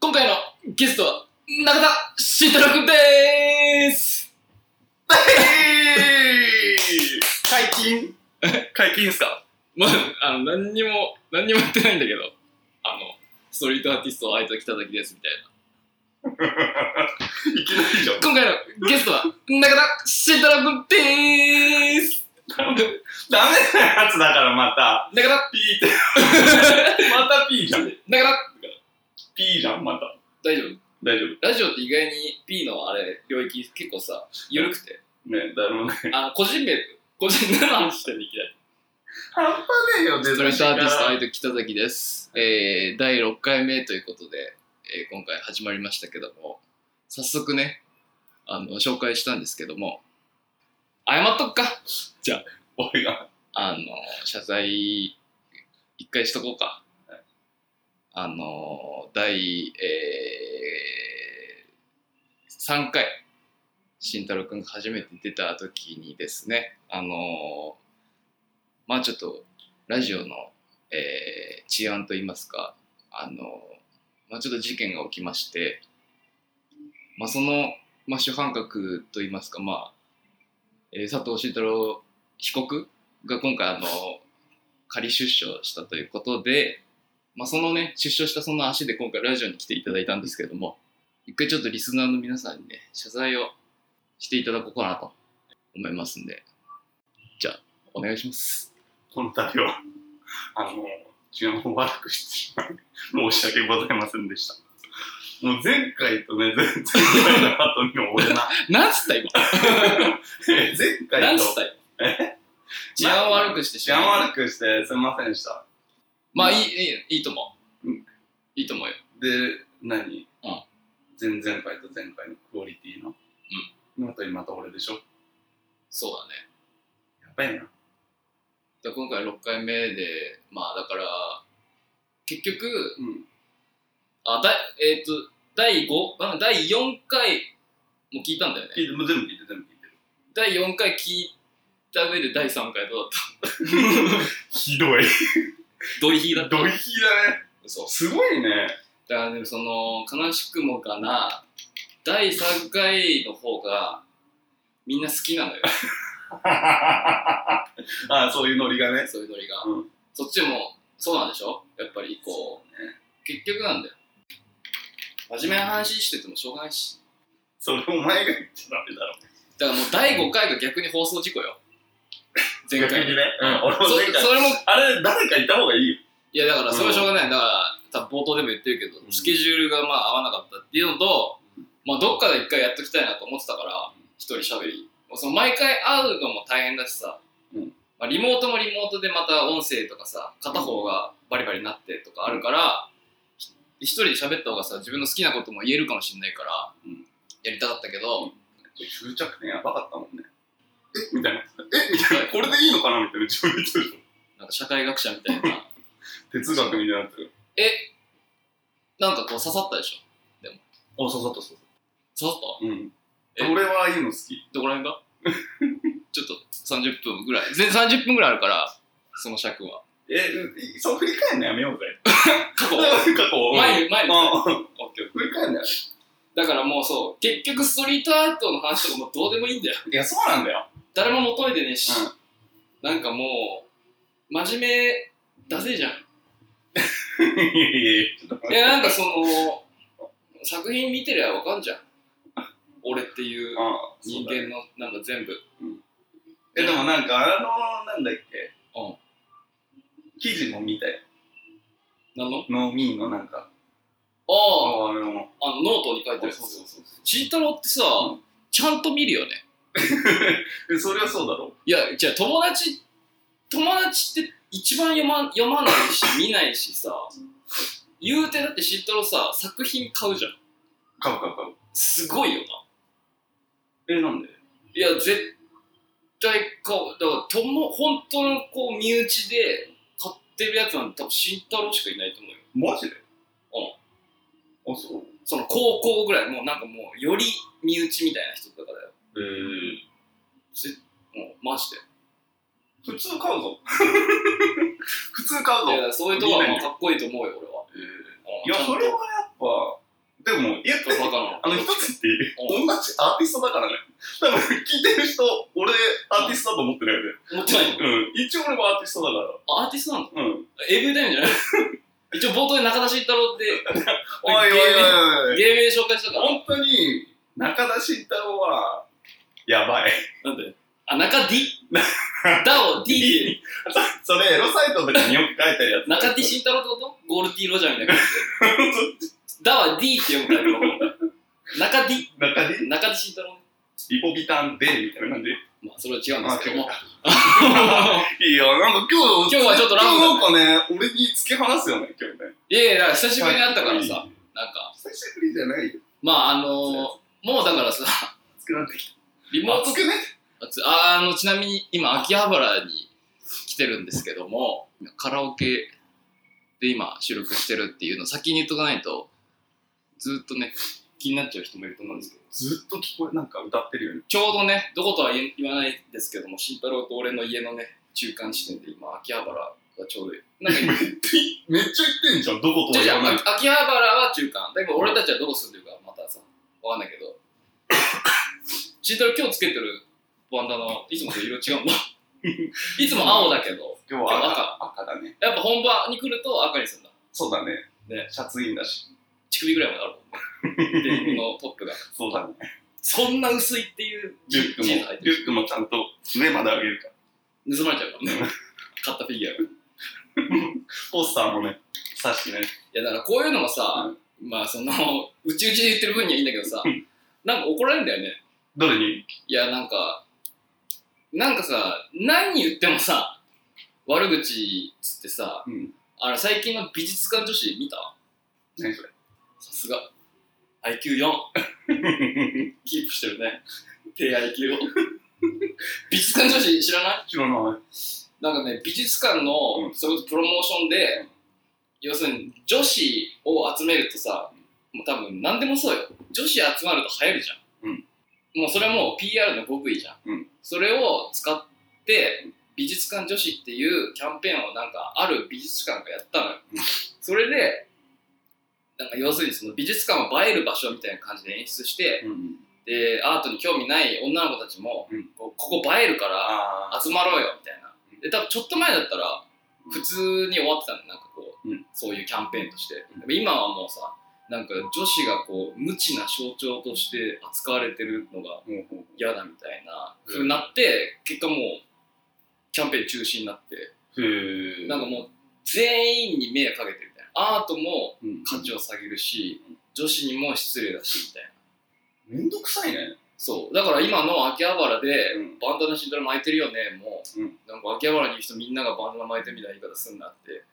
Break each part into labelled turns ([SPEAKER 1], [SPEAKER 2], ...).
[SPEAKER 1] 今回のゲストは、中田慎太郎くんでーす
[SPEAKER 2] 解禁 解禁っすか
[SPEAKER 1] まあ、あの、何にも、何にもやってないんだけど、あの、ストリートアーティスト、相田北崎です、みたいな。
[SPEAKER 2] いきなりじゃん。
[SPEAKER 1] 今回のゲストは、中田慎太郎くんでーす
[SPEAKER 2] ダメなやつだからまた。
[SPEAKER 1] 中田、
[SPEAKER 2] ピーって。またピーじゃん。
[SPEAKER 1] 中田、
[SPEAKER 2] ピーじゃん、また。
[SPEAKER 1] 大丈夫
[SPEAKER 2] 大丈夫。
[SPEAKER 1] ラジオって意外に P のあれ、領域結構さ、緩くて。
[SPEAKER 2] ね、誰もね。
[SPEAKER 1] あ、個人名、個人名の話してるいきなり。
[SPEAKER 2] 半端ねえよ、
[SPEAKER 1] ストリートアーティスト、ア
[SPEAKER 2] い
[SPEAKER 1] イドル北崎です。えー、第6回目ということで、えー今回始まりましたけども、早速ね、あの、紹介したんですけども、謝っとくか。
[SPEAKER 2] 俺が。
[SPEAKER 1] あの、謝罪、一回しとこうか。あの、第、えー、3回、慎太郎くんが初めて出た時にですね、あの、まあちょっと、ラジオの、えー治安といいますか、あの、まあちょっと事件が起きまして、まあその、まあ主犯格といいますか、まあ、えー佐藤慎太郎被告が今回あの仮出所したということで、まあ、そのね出所したその足で今回ラジオに来ていただいたんですけども一回ちょっとリスナーの皆さんにね謝罪をしていただこうかなと思いますんでじゃあお願いします
[SPEAKER 2] この度は、あの、治安を悪くしてしまい、申し訳ございませんでした。もう前回とね、前々回の後に俺 な。
[SPEAKER 1] なんつった今
[SPEAKER 2] え前
[SPEAKER 1] な
[SPEAKER 2] 回
[SPEAKER 1] ん
[SPEAKER 2] と
[SPEAKER 1] つった今治安を悪くしてし
[SPEAKER 2] 治
[SPEAKER 1] ま
[SPEAKER 2] 安
[SPEAKER 1] う
[SPEAKER 2] 悪くしてすみませんでした。
[SPEAKER 1] まあいいいいいいと思う、
[SPEAKER 2] うん
[SPEAKER 1] いいと思うよ
[SPEAKER 2] で、何、前々回と前回のクオリティの。今と今と俺でしょ。
[SPEAKER 1] そうだね
[SPEAKER 2] やばいな。
[SPEAKER 1] だから今回6回目でまあだから結局
[SPEAKER 2] うん。
[SPEAKER 1] あ、だえっ、と、第5、ん第4回も聞いたんだよ
[SPEAKER 2] 聞
[SPEAKER 1] ね。
[SPEAKER 2] いて、もう全部聞いて、全部聞いてる。
[SPEAKER 1] 第4回聞いた上で第3回どうだった
[SPEAKER 2] ひどい。
[SPEAKER 1] ドイヒーだった。
[SPEAKER 2] ドイヒだね。
[SPEAKER 1] そう。
[SPEAKER 2] すごいね。
[SPEAKER 1] だからね、その、悲しくもかな、第3回の方が、みんな好きなの よ、
[SPEAKER 2] あそういうノリがね。
[SPEAKER 1] そういうノリが。
[SPEAKER 2] うん
[SPEAKER 1] そっちも、そうなんでしょやっぱり、こ
[SPEAKER 2] うね。
[SPEAKER 1] う、結局なんだよ。真面目な話しててもしょうがないし。
[SPEAKER 2] それお前が言っちゃダメだろ。
[SPEAKER 1] だからもう第5回が逆に放送事故よ。前
[SPEAKER 2] 逆
[SPEAKER 1] 回。
[SPEAKER 2] にね。うん、俺も
[SPEAKER 1] そ
[SPEAKER 2] 前回。
[SPEAKER 1] それも
[SPEAKER 2] あれ、誰かいた方がいいよ。
[SPEAKER 1] いやだからそれはしょうがない、だから多分冒頭でも言ってるけど、
[SPEAKER 2] うん
[SPEAKER 1] スケジュールがまあ合わなかったっていうのと、まあ、どっかで一回やっときたいなと思ってたから一人喋りもうその毎回会うのも大変だしさ、
[SPEAKER 2] うん
[SPEAKER 1] まあ、リモートもリモートでまた音声とかさ片方がバリバリになってとかあるから、ひ一人で喋った方がさ自分の好きなことも言えるかもしれないから、
[SPEAKER 2] うん
[SPEAKER 1] やりたかったけど、
[SPEAKER 2] 執着点やばかったもんね。えみたいな。えみたいな。これでいいのかなみたいな。自分で言ってるでしょ
[SPEAKER 1] なんか社会学者みたいな
[SPEAKER 2] 哲学みたいになってる。
[SPEAKER 1] なんかこう刺さったでしょ
[SPEAKER 2] あ、そうそうそうそう。
[SPEAKER 1] 刺さった
[SPEAKER 2] うん。
[SPEAKER 1] え
[SPEAKER 2] 俺はああいうの好き。
[SPEAKER 1] どこら辺が ちょっと30分ぐらい全30分ぐらいあるからその尺は
[SPEAKER 2] え、うそう振り返るのやめよう ぜ。
[SPEAKER 1] 過去
[SPEAKER 2] 過去
[SPEAKER 1] 前に前に
[SPEAKER 2] あ
[SPEAKER 1] オッケーオッケー
[SPEAKER 2] 振り返るのや
[SPEAKER 1] だからもうそう結局ストリートアートの話とかもうどうでもいいんだよ
[SPEAKER 2] めいや、そうなんだよ。
[SPEAKER 1] 誰も求めてねえし、
[SPEAKER 2] う
[SPEAKER 1] なんかもう真面目だぜじゃん
[SPEAKER 2] ん。 いやいやいや、ちょっと待っ
[SPEAKER 1] いやなんかその作品見てりゃわかんじゃん俺ってい
[SPEAKER 2] て
[SPEAKER 1] う
[SPEAKER 2] あ
[SPEAKER 1] 人間のなんか全部
[SPEAKER 2] え、でもなんか、あの、なんだっけ。
[SPEAKER 1] うん
[SPEAKER 2] 記事も見たよ。
[SPEAKER 1] なの
[SPEAKER 2] ノーミーのなんか。あ
[SPEAKER 1] ああ
[SPEAKER 2] あ
[SPEAKER 1] あ
[SPEAKER 2] の、
[SPEAKER 1] のノートに書いてる
[SPEAKER 2] そうそう そうそ
[SPEAKER 1] 慎太郎ってさ、
[SPEAKER 2] う
[SPEAKER 1] ちゃんと見るよね
[SPEAKER 2] う。え、そりゃそうだろ。
[SPEAKER 1] いや、じゃあ友達、友達って一番読ま読まないし、見ないしさ、言うてだって慎太郎さ、作品買うじゃん。
[SPEAKER 2] 買う買う買う。
[SPEAKER 1] すごいよな。
[SPEAKER 2] え、なんで
[SPEAKER 1] いや、絶対買う。だから、とも、本当のこう、身内で買ってるやつなんて多分慎太郎しかいないと思うよ。
[SPEAKER 2] マジであ、そう。
[SPEAKER 1] その高校ぐらい、もうなんかもう、より身内みたいな人だからよ。
[SPEAKER 2] えー、
[SPEAKER 1] ぜもう、マジで。
[SPEAKER 2] 普通買 うぞ。普通買う
[SPEAKER 1] い
[SPEAKER 2] ぞ。
[SPEAKER 1] や、そういうとこは
[SPEAKER 2] 見
[SPEAKER 1] まあ
[SPEAKER 2] ない
[SPEAKER 1] かっこいいと思うよ、俺は。
[SPEAKER 2] えー
[SPEAKER 1] うん
[SPEAKER 2] いや、
[SPEAKER 1] ちゃんと
[SPEAKER 2] それはやっぱ、でも、いや、
[SPEAKER 1] バカの。
[SPEAKER 2] あの一つって同じアーティストだからね。多分聞いてる人、俺アーティストだと思ってないよね。
[SPEAKER 1] 思ってないの
[SPEAKER 2] うん。一応俺もアーティストだか
[SPEAKER 1] あアーティストなの
[SPEAKER 2] ら。うん。
[SPEAKER 1] AV イムじゃない 一応冒頭に中田慎太郎って
[SPEAKER 2] おいおいおいおい。
[SPEAKER 1] 芸名紹介したから。
[SPEAKER 2] 本当に、中田慎太郎は、やばい。
[SPEAKER 1] なんであ、中 D? だを D で。
[SPEAKER 2] それ、エロサイトとかによく書いてあるやつ。
[SPEAKER 1] 中 D 慎太郎ってことゴール T ロジャーみたいな感じで。だは D って読むタイプの。中 D?
[SPEAKER 2] 中で、
[SPEAKER 1] 中 D 慎太郎ね。
[SPEAKER 2] リポビタンで、みたいな感じ。
[SPEAKER 1] まあ、それは違うんですけども。
[SPEAKER 2] いや、なんか今日、
[SPEAKER 1] 今日はちょっとラフ
[SPEAKER 2] 今日
[SPEAKER 1] だ
[SPEAKER 2] なんかね、俺に突き放すよね、今日ね。
[SPEAKER 1] いやいや、だから久しぶりに会ったからさ、なんか、
[SPEAKER 2] 久しぶりじゃないよ。
[SPEAKER 1] まあ、あのー、もうだからさ、
[SPEAKER 2] 熱くなってき
[SPEAKER 1] リモ
[SPEAKER 2] た。
[SPEAKER 1] ート
[SPEAKER 2] 熱くね。
[SPEAKER 1] ああのちなみに今秋葉原に来てるんですけどもカラオケで今収録してるっていうのを先に言っとかないとずっとね気になっちゃう人もいると思うんですけど
[SPEAKER 2] ずっと聞こえ、なんか歌ってるよね。
[SPEAKER 1] ちょうどねどことは言え言わないですけども慎太郎と俺の家のね中間地点で今秋葉原がちょうどいいなんか
[SPEAKER 2] めっちゃい、めっちゃ言ってんじゃん、どこと
[SPEAKER 1] じゃじゃ
[SPEAKER 2] は言わない。
[SPEAKER 1] 秋葉原は中間だけど俺たちはどこ住んでるかまたさわかんないけど慎太郎今日つけてるバンダナいつもと色違うんだ いつも青だけど
[SPEAKER 2] 今日は
[SPEAKER 1] 赤
[SPEAKER 2] 赤、赤だね。
[SPEAKER 1] やっぱ本場に来ると赤にするんだ。
[SPEAKER 2] そうだね。
[SPEAKER 1] ね
[SPEAKER 2] シャツインだし。
[SPEAKER 1] 乳首ぐらいまであるもん。デニムのトップが。
[SPEAKER 2] そうだね。
[SPEAKER 1] そんな薄いっていう
[SPEAKER 2] リ
[SPEAKER 1] チ
[SPEAKER 2] ュッ
[SPEAKER 1] ー
[SPEAKER 2] ク
[SPEAKER 1] ズ
[SPEAKER 2] も
[SPEAKER 1] 入って、
[SPEAKER 2] リュックもちゃんと上まで上げるから。
[SPEAKER 1] る。盗まれちゃうからね。買ったフィギュアが。い
[SPEAKER 2] ポスターもね、刺してね。
[SPEAKER 1] やだからこういうのもさ、まあその、うちうちで言ってる分にはいいんだけどさ、なんか怒られるんだよね。
[SPEAKER 2] どれに
[SPEAKER 1] いやなんか、なんかさ、何言ってもさ、悪口っつってさ、
[SPEAKER 2] うん。
[SPEAKER 1] あの最近の美術館女子見た
[SPEAKER 2] 何それ。
[SPEAKER 1] さすが。IQ4。キープしてるね。低 IQ を。美術館女子知らない
[SPEAKER 2] 知らない。
[SPEAKER 1] なんかね、美術館
[SPEAKER 2] う
[SPEAKER 1] の、
[SPEAKER 2] ん
[SPEAKER 1] それこそプロモーションで、要するに女子を集めるとさ、もう多分何でもそうよ。女子集まると流行るじゃん。
[SPEAKER 2] うん
[SPEAKER 1] もうそれはもう PR の極意じゃん。
[SPEAKER 2] うん
[SPEAKER 1] それを使って、美術館女子っていうキャンペーンをなんかある美術館がやったのよ。
[SPEAKER 2] うん
[SPEAKER 1] それで、なんか要するにその美術館を映える場所みたいな感じで演出して、
[SPEAKER 2] うん。
[SPEAKER 1] でアートに興味ない女の子たちも、
[SPEAKER 2] うん
[SPEAKER 1] こうここ映えるから
[SPEAKER 2] あ
[SPEAKER 1] 集まろうよみたいなで多分ちょっと前だったら
[SPEAKER 2] うん
[SPEAKER 1] 普通に終わってたんだなんかこう、
[SPEAKER 2] うん
[SPEAKER 1] そういうキャンペーンとして、
[SPEAKER 2] うん
[SPEAKER 1] でも今はもうさなんか女子がこう無知な象徴として扱われてるのが
[SPEAKER 2] あ。もう、もう。
[SPEAKER 1] 嫌だみたいな
[SPEAKER 2] うん
[SPEAKER 1] ふうになって結果もうキャンペーン中止になって
[SPEAKER 2] へ
[SPEAKER 1] なんかもう全員に迷惑かけてるみたいなアートも
[SPEAKER 2] うん
[SPEAKER 1] 価値を下げるし女子にも失礼だしみたいな
[SPEAKER 2] めんどくさいね。
[SPEAKER 1] そうだから今の秋葉原で、
[SPEAKER 2] うん
[SPEAKER 1] バンダナシンドラ巻いてるよねもう、
[SPEAKER 2] うん
[SPEAKER 1] なんか秋葉原にいる人みんながバンダナ巻いてるみたいな言い方すんなって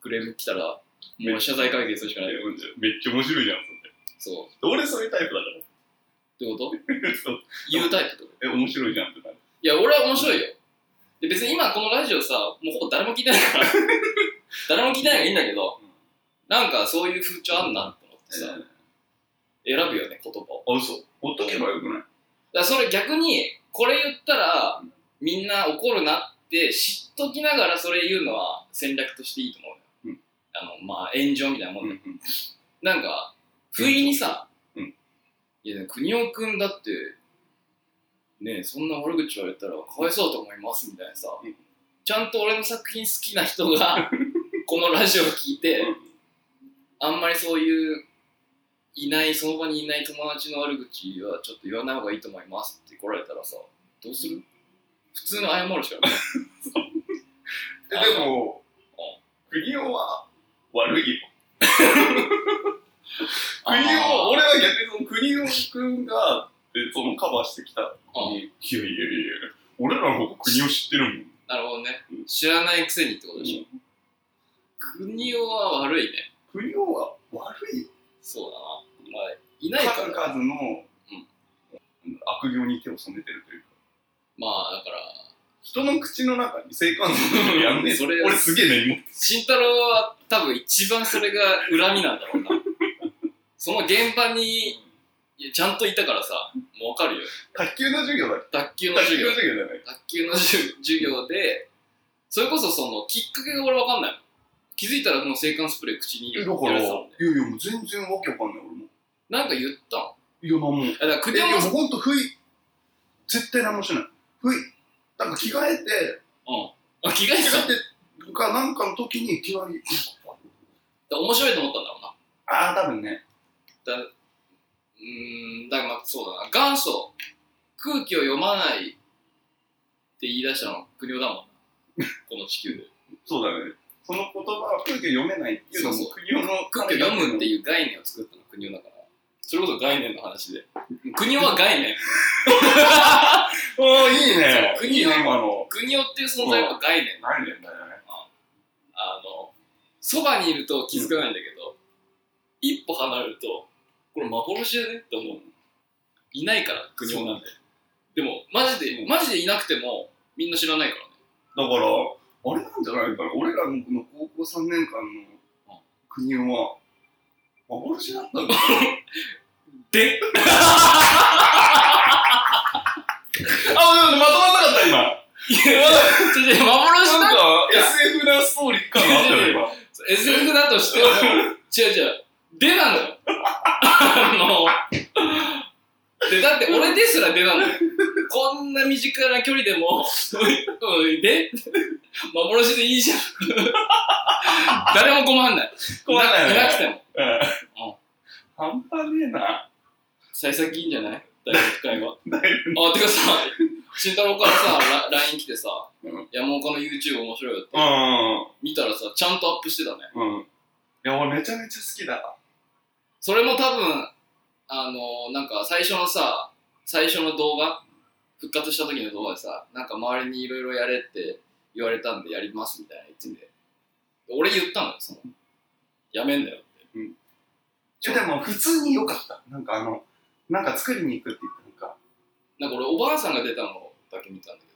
[SPEAKER 1] クレーム来たらもう謝罪会見するしかないよ
[SPEAKER 2] めっちゃ面白いじゃん、それ。
[SPEAKER 1] そう
[SPEAKER 2] 俺そういうタイプだから。
[SPEAKER 1] ってこと
[SPEAKER 2] そう
[SPEAKER 1] 言うタイプってこと
[SPEAKER 2] え、面白いじゃんってなる。
[SPEAKER 1] いや俺は面白いよで別に今このラジオさもうほぼ誰も聞いてないから 誰も聞いてないからいいんだけど、
[SPEAKER 2] うん
[SPEAKER 1] なんかそういう風潮あんなと思ってさ、
[SPEAKER 2] あ、
[SPEAKER 1] 選ぶよね言葉を
[SPEAKER 2] 嘘。ほっとけばよくない
[SPEAKER 1] だからそれ逆にこれ言ったらみんな怒るなって知っときながらそれ言うのは戦略としていいと思うよ、
[SPEAKER 2] うん
[SPEAKER 1] あのまあ炎上みたいなもん
[SPEAKER 2] うん
[SPEAKER 1] で、
[SPEAKER 2] うん。
[SPEAKER 1] なんか不意にさ、
[SPEAKER 2] うん
[SPEAKER 1] いやでも国尾くんだってねえそんな悪口言われたらかわいそうと思いますみたいなさ、
[SPEAKER 2] うん
[SPEAKER 1] ちゃんと俺の作品好きな人が このラジオを聞いて、
[SPEAKER 2] うん
[SPEAKER 1] あんまりそういういないその場にいない友達の悪口はちょっと言わない方がいいと思いますって来られたらさどうする普通の謝るしかない
[SPEAKER 2] え、でも
[SPEAKER 1] あ、
[SPEAKER 2] 国オは悪いよ。
[SPEAKER 1] あ
[SPEAKER 2] 国
[SPEAKER 1] ー
[SPEAKER 2] を、俺は逆にその国をくんが、えそのカバーしてきたの
[SPEAKER 1] あ
[SPEAKER 2] に、いやいやいやいや、俺らの方が国を知ってるもん。
[SPEAKER 1] なるほどね知らないくせにってことでしょ、国尾は悪いね
[SPEAKER 2] 国をは悪い
[SPEAKER 1] そうだな。まあ、いないか
[SPEAKER 2] 数
[SPEAKER 1] ら。
[SPEAKER 2] 々の、悪行に手を染めてるというか、
[SPEAKER 1] まあ、だから、
[SPEAKER 2] 人の口の中に性感染をやんねえ。
[SPEAKER 1] それ
[SPEAKER 2] 俺すげえね、今。
[SPEAKER 1] 慎太郎は多分一番それが恨みなんだろうな。 その現場に、いやちゃんといたからさ、もうわかるよ。
[SPEAKER 2] 卓球の授業だっ
[SPEAKER 1] 卓球
[SPEAKER 2] け
[SPEAKER 1] の
[SPEAKER 2] 卓
[SPEAKER 1] 授
[SPEAKER 2] 球
[SPEAKER 1] 業
[SPEAKER 2] の。授業じゃない。
[SPEAKER 1] 卓球の授授業で、それこそその、きっかけが俺わかんないの。気づいたらこの制汗スプレー口に
[SPEAKER 2] え
[SPEAKER 1] 入れ
[SPEAKER 2] だから、い
[SPEAKER 1] て
[SPEAKER 2] や
[SPEAKER 1] たもんね。
[SPEAKER 2] いや、もう全然わけわかんない、俺も。
[SPEAKER 1] なんか言ったん
[SPEAKER 2] いや、なんも。
[SPEAKER 1] あだから
[SPEAKER 2] え、
[SPEAKER 1] 栗
[SPEAKER 2] でも
[SPEAKER 1] 山さん、
[SPEAKER 2] ほんと、ふい。絶対何もしない。ふい。なんか着替えて、
[SPEAKER 1] あ着替え
[SPEAKER 2] 着
[SPEAKER 1] てた
[SPEAKER 2] 替えてとか、なんかの時にいきなり、
[SPEAKER 1] 面白いと思ったんだろうな。
[SPEAKER 2] ああ、多分ね。
[SPEAKER 1] うーん、だからまあそうだな。元祖、空気を読まないって言い出したの、国尾だもんな。この地球で。
[SPEAKER 2] そうだね。その言葉は空気読めないっていうのも、
[SPEAKER 1] そうそ
[SPEAKER 2] 国をの
[SPEAKER 1] 空気を読むっていう概念を作ったの、国尾だから。それこそ概念の話 で。国尾は概念。
[SPEAKER 2] おー、いいね。
[SPEAKER 1] そう国
[SPEAKER 2] いい
[SPEAKER 1] を
[SPEAKER 2] ね、今の。
[SPEAKER 1] 国尾っていう存在は概念。
[SPEAKER 2] 概念だよね。
[SPEAKER 1] あの、そばにいると気づかないんだけど、一歩離れると、これ幻だねって思う。いないから、国尾なんで。でも、マジで、マジでいなくても、みんな知らないからね。
[SPEAKER 2] だから、あれなんじゃないかな。俺らのこの高校3年間の国は、幻だったんだよ。
[SPEAKER 1] で
[SPEAKER 2] あ、でもまとまんなかった、今。
[SPEAKER 1] いや、ちょちょ、幻
[SPEAKER 2] な
[SPEAKER 1] だ
[SPEAKER 2] んか SF なストーリー感があったよ、今。
[SPEAKER 1] SF だとしても、違う違う、出なのよ。あの、で、だって俺ですら出なのよ。こんな身近な距離でも、うんで幻でいいじゃん。誰も困んない。
[SPEAKER 2] 困らないよね
[SPEAKER 1] ななくても。
[SPEAKER 2] うん半端ねえな。
[SPEAKER 1] 幸先いいんじゃない大学会は。あ、てかさ、慎太郎からさ、ラ LINE 来てさ
[SPEAKER 2] うん、
[SPEAKER 1] 山岡の YouTube 面白いよって、見たらさ、ちゃんとアップしてたね。
[SPEAKER 2] うん。うん。いや、俺めちゃめちゃ好きだ。
[SPEAKER 1] それも多分あのなんか最初のさ最初の動画復活した時の動画でさなんか周りにいろいろやれって言われたんでやりますみたいな言ってて俺言ったのよそのやめんだよって
[SPEAKER 2] いや、でも普通に良かった。なんかあの、なんか作りに行くって言って、なんか、
[SPEAKER 1] なんか俺おばあさんが出たのだけ見たんだけ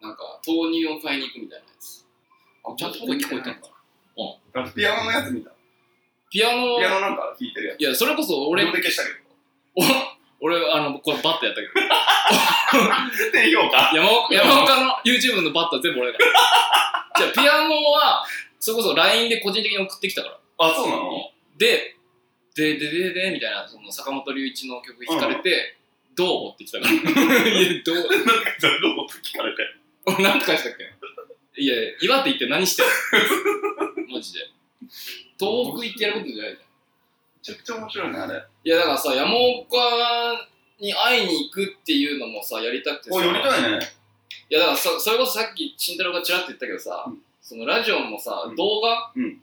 [SPEAKER 1] どなんか豆乳を買いに行くみたいなやつ
[SPEAKER 2] あ
[SPEAKER 1] ちゃんと声聞こえたのかな
[SPEAKER 2] あとピアノのやつ見た。
[SPEAKER 1] ピアノ
[SPEAKER 2] ピアノなんか弾いてるやつ。
[SPEAKER 1] いやそれこそ俺
[SPEAKER 2] 俺だけしたけ
[SPEAKER 1] お 俺あのこれバッとやったけど
[SPEAKER 2] ど。で、評価。
[SPEAKER 1] 山岡山岡の YouTube のバッター全部俺だから じゃあピアノはそれこそ LINE で個人的に送ってきたから
[SPEAKER 2] あ、そうなの
[SPEAKER 1] で「でででで」みたいなその坂本龍一の曲弾かれて「どう思ってきたから いやどう
[SPEAKER 2] なんか、じゃあ、どうって聞かれて。
[SPEAKER 1] 俺何て返したっけいや岩手行って何してん のマジで東北行ってやることじゃないじゃん
[SPEAKER 2] めちゃくちゃ面白いね、あれ。
[SPEAKER 1] いやだからさ山岡に会いに行くっていうのもさやりたくてさ
[SPEAKER 2] お、やりたいね。
[SPEAKER 1] いやだからそそれこそさっき慎太郎がちらっと言ったけどさ、
[SPEAKER 2] うん
[SPEAKER 1] そのラジオもさ、
[SPEAKER 2] うん
[SPEAKER 1] 動画、
[SPEAKER 2] うん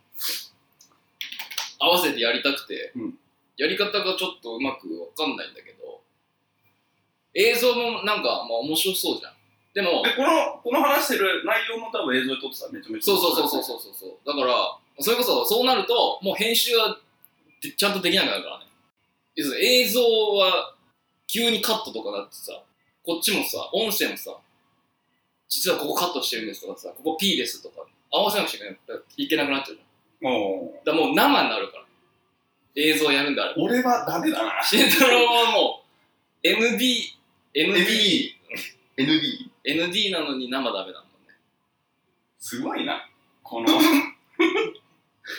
[SPEAKER 1] 合わせてやりたくて、
[SPEAKER 2] うん
[SPEAKER 1] やり方がちょっとうまくわかんないんだけど映像もなんか、まあ、面白そうじゃんでも
[SPEAKER 2] で、この、この話してる内容も多分映像で撮ってたらめちゃめちゃ
[SPEAKER 1] そうそうそうそう
[SPEAKER 2] う。
[SPEAKER 1] そうそうそうだからそれこそそうなるともう編集はでちゃんとできなくなるからね要するに映像は急にカットとかなってさこっちもさ音声もさ実はここカットしてるんですとかさここ P ですとか合わせなくちゃいけないいけなくなっちゃうじ
[SPEAKER 2] も
[SPEAKER 1] ゃん
[SPEAKER 2] う、
[SPEAKER 1] だからもう生になるから映像やるんだあれ
[SPEAKER 2] 俺はダメだな。
[SPEAKER 1] 慎太郎はもう ND ND
[SPEAKER 2] ND。
[SPEAKER 1] ND なのに生ダメだもんね
[SPEAKER 2] すごいな。この、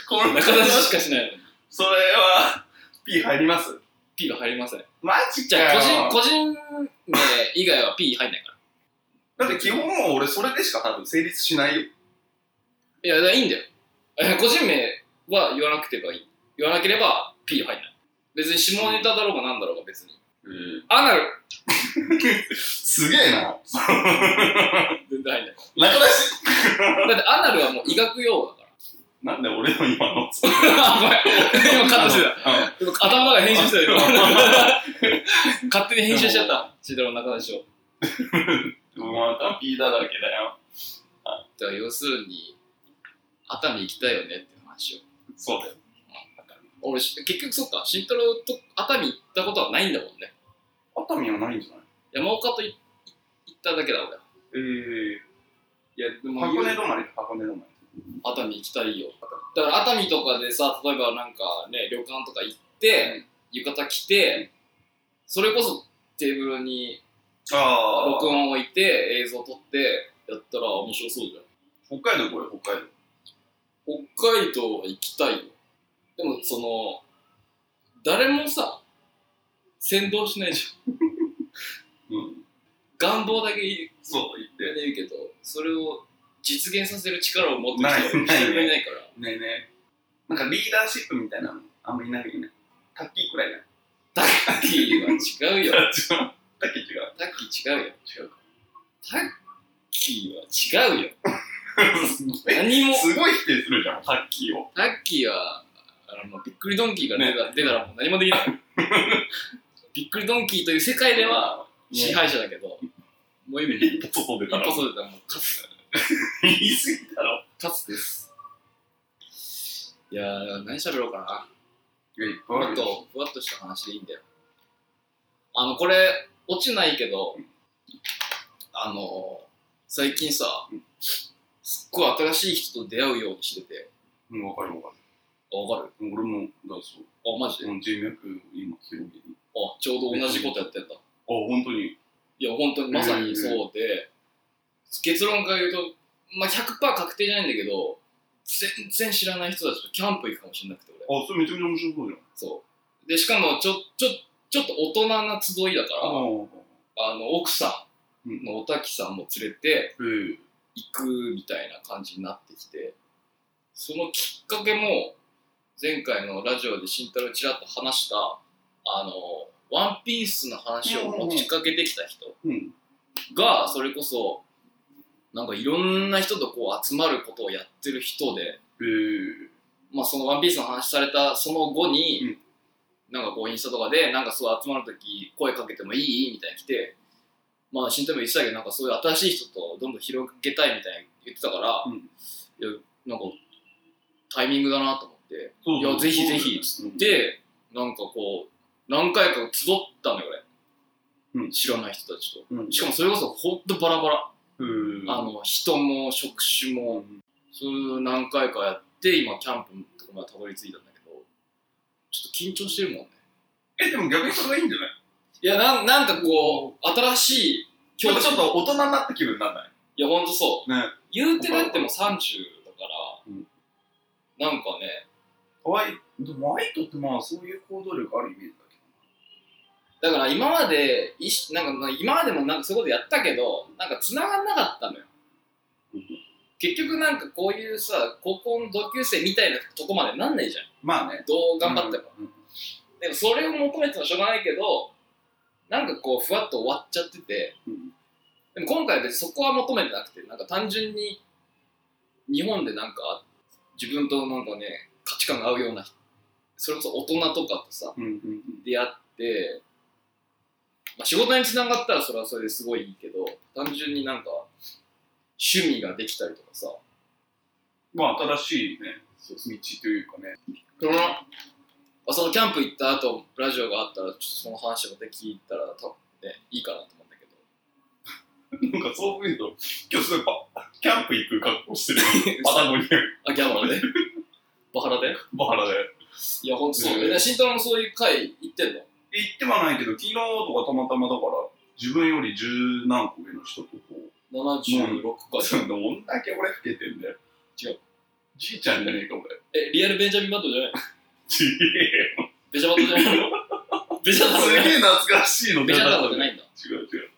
[SPEAKER 2] この
[SPEAKER 1] 中出ししかしないのに
[SPEAKER 2] それは、P 入ります
[SPEAKER 1] P が入りません
[SPEAKER 2] マジ
[SPEAKER 1] じ
[SPEAKER 2] か
[SPEAKER 1] ゃあ
[SPEAKER 2] よ
[SPEAKER 1] 個人個人名以外は P 入んないから。
[SPEAKER 2] だって基本もう俺それでしか多分成立しないよ。
[SPEAKER 1] いや、だからいいんだよ。え個人名は言わなくてばいい。言わなければ P 入んない。別に下ネタだろうがなんだろうが別に。アナル
[SPEAKER 2] すげえな。
[SPEAKER 1] 全然入んない。
[SPEAKER 2] 中出し
[SPEAKER 1] だってアナルはもう医学用語だか
[SPEAKER 2] なんで俺の今の。
[SPEAKER 1] ら。ごめん。今カットしてた。
[SPEAKER 2] た。
[SPEAKER 1] 頭の中 で編集したよ。
[SPEAKER 2] う
[SPEAKER 1] 勝手に編集しちゃった。シードロの中出しを。
[SPEAKER 2] んまた P だらけだよ。
[SPEAKER 1] だから要するに、熱海行きたいよねっていう話を。
[SPEAKER 2] そうだよ。
[SPEAKER 1] 俺、結局そっか、慎太郎と熱海行ったことはないんだもんね。
[SPEAKER 2] 熱海はないんじゃない
[SPEAKER 1] 山岡といい行っただけだ俺。
[SPEAKER 2] え
[SPEAKER 1] いや、で
[SPEAKER 2] え
[SPEAKER 1] も、
[SPEAKER 2] 箱根止まり箱根止ま
[SPEAKER 1] 熱海行きたいよ。だから熱海とかでさ、例えばなんかね、旅館とか行って、浴衣着て、それこそテーブルに
[SPEAKER 2] り。あ
[SPEAKER 1] 録音置いて、映像撮って、やったら面白そうじゃ
[SPEAKER 2] あ。北海道これ、北海道。
[SPEAKER 1] ん。北海道は行きたいよ。でも、その、誰もさ、先導しないじ
[SPEAKER 2] うん。
[SPEAKER 1] ゃん願望だけ言
[SPEAKER 2] そう、言って。
[SPEAKER 1] うけどそれを実現させる力を持ってる人は
[SPEAKER 2] ない
[SPEAKER 1] 一人もいないから
[SPEAKER 2] ねえねえ。なんかリーダーシップみたいなの、あんまいないよね。タッキーく らいだ。
[SPEAKER 1] タッキーは違うよ
[SPEAKER 2] タッキー違う。
[SPEAKER 1] タッキー違うよ違うかタッキーは違うよ
[SPEAKER 2] え
[SPEAKER 1] 何も
[SPEAKER 2] すごい否定するじゃん、タッキーを。
[SPEAKER 1] タッキーはあのびっくりドンキーが出た,、出たらもう何もできない びっくりドンキーという世界では支配者だけど、もう今一
[SPEAKER 2] 一歩外出たら。
[SPEAKER 1] 発でたらもう勝つ
[SPEAKER 2] 言い過ぎだろ。
[SPEAKER 1] 勝つですいやー何喋ろうかない
[SPEAKER 2] や、いっぱいあ
[SPEAKER 1] もっ
[SPEAKER 2] るよ
[SPEAKER 1] とふわっとした話でいいんだよあのこれ落ちないけどあのー最近さすっごい新しい人と出会うようにしてて
[SPEAKER 2] うん、わかるわか
[SPEAKER 1] あわかる
[SPEAKER 2] る。俺も、だそう。
[SPEAKER 1] あマジで
[SPEAKER 2] この人脈、今、広げに。
[SPEAKER 1] あちょうど同じことやってんだ
[SPEAKER 2] あ、本当に。
[SPEAKER 1] いや、本当にまさにそうで、結論から言うと、まあ、100%確定じゃないんだけど、全然知らない人たちとキャンプ行くかもしれなくて、俺。
[SPEAKER 2] あ、それめちゃめちゃ面白そうじゃん。
[SPEAKER 1] そう。で、しかも、ちょ、ちょ、ちょっと大人な集いだか
[SPEAKER 2] あ
[SPEAKER 1] ら、あの、奥さんのおたきさんも連れて
[SPEAKER 2] ええ。
[SPEAKER 1] 行くみたいな感じになってきて、そのきっかけも、前回のラジオで慎太郎ちらっと話した、あの、ワンピースの話を持ちかけてきた人。
[SPEAKER 2] うん。
[SPEAKER 1] がそれこそなんかいろんな人とこう集まることをやってる人で、
[SPEAKER 2] ええ。
[SPEAKER 1] まあ、その「ワンピースの話されたその後に、
[SPEAKER 2] うん
[SPEAKER 1] なんかこうインスタとかでなんかそう集まる時声かけてもいいみたいに来てまあ新太も言ってたけどなんかそういう新しい人とどんどん広げたいみたいに言ってたから、
[SPEAKER 2] う
[SPEAKER 1] い
[SPEAKER 2] ん
[SPEAKER 1] やなんかタイミングだなと思って
[SPEAKER 2] そうそう
[SPEAKER 1] いやぜひぜひ
[SPEAKER 2] そうだよね、
[SPEAKER 1] でなんかこう何回か集ったのよ俺、
[SPEAKER 2] うん
[SPEAKER 1] 知らない人たちと
[SPEAKER 2] うん。
[SPEAKER 1] しかもそれこそほんとバラバラ
[SPEAKER 2] うん
[SPEAKER 1] あの人も職種もそういう何回かやって今キャンプのとこまでたどり着いたんだけどちょっと緊張してるもんね
[SPEAKER 2] え、でも逆にそれがいいんじゃない
[SPEAKER 1] いやなんなんかこう新しい
[SPEAKER 2] 今
[SPEAKER 1] 境
[SPEAKER 2] 日
[SPEAKER 1] 地
[SPEAKER 2] ちょっと大人になった気分になんない
[SPEAKER 1] いやほんとそう
[SPEAKER 2] ね。
[SPEAKER 1] 言うてだってもう30だから、
[SPEAKER 2] うん
[SPEAKER 1] なんかね
[SPEAKER 2] 可愛い。でも、ワイトってまあ、そういう行動力あるイメージだ
[SPEAKER 1] だ
[SPEAKER 2] け
[SPEAKER 1] から今までいしなんかまあ今までもなんかそういうことやったけどなんか繋がんなかったのよ
[SPEAKER 2] うん
[SPEAKER 1] 結局なんかこういうさ高校の同級生みたいなとこまでなんないじゃん
[SPEAKER 2] ど。まあね。
[SPEAKER 1] どう頑張っても、
[SPEAKER 2] うん。
[SPEAKER 1] でもそれを求めてもしょうがないけどなんかこうふわっと終わっちゃってて
[SPEAKER 2] うん
[SPEAKER 1] でも今回は別にそこは求めてなくてなんか単純に日本でなんか自分となんかね価値観が合うような人それこそ大人とかとさ
[SPEAKER 2] うんうん
[SPEAKER 1] 出会って、まあ、仕事につながったらそれはそれですごいいいけど単純になんか趣味ができたりとかさ
[SPEAKER 2] まあ、新しいね、そう道というかね。
[SPEAKER 1] そのあそのキャンプ行った後ラジオがあったらちょっとその話また聞いたら多分ねいいかなと思うんだけど
[SPEAKER 2] なんかそういうの、今日すごいパ、キャンプ行く格好してる。 パタゴニア、
[SPEAKER 1] あギャバラ でバハラで
[SPEAKER 2] バハラで。
[SPEAKER 1] いやほんとそう、
[SPEAKER 2] うん
[SPEAKER 1] え慎太郎もそういう回行ってんの
[SPEAKER 2] 行ってはないけど、昨日とかたまたまだから、自分より十何個上の人とこう、
[SPEAKER 1] 76回、
[SPEAKER 2] そんなもんだけ俺老けてんだよ。
[SPEAKER 1] 違う。
[SPEAKER 2] じいちゃんじゃねえか、俺。
[SPEAKER 1] えリアルベンジャミンバットじゃない
[SPEAKER 2] ちげ
[SPEAKER 1] ベジャバットじゃない ベジャだろ
[SPEAKER 2] す
[SPEAKER 1] ね
[SPEAKER 2] げえ懐かしいの
[SPEAKER 1] ベジャだ
[SPEAKER 2] 出
[SPEAKER 1] ろ
[SPEAKER 2] た
[SPEAKER 1] じゃないんだ
[SPEAKER 2] 違う違う。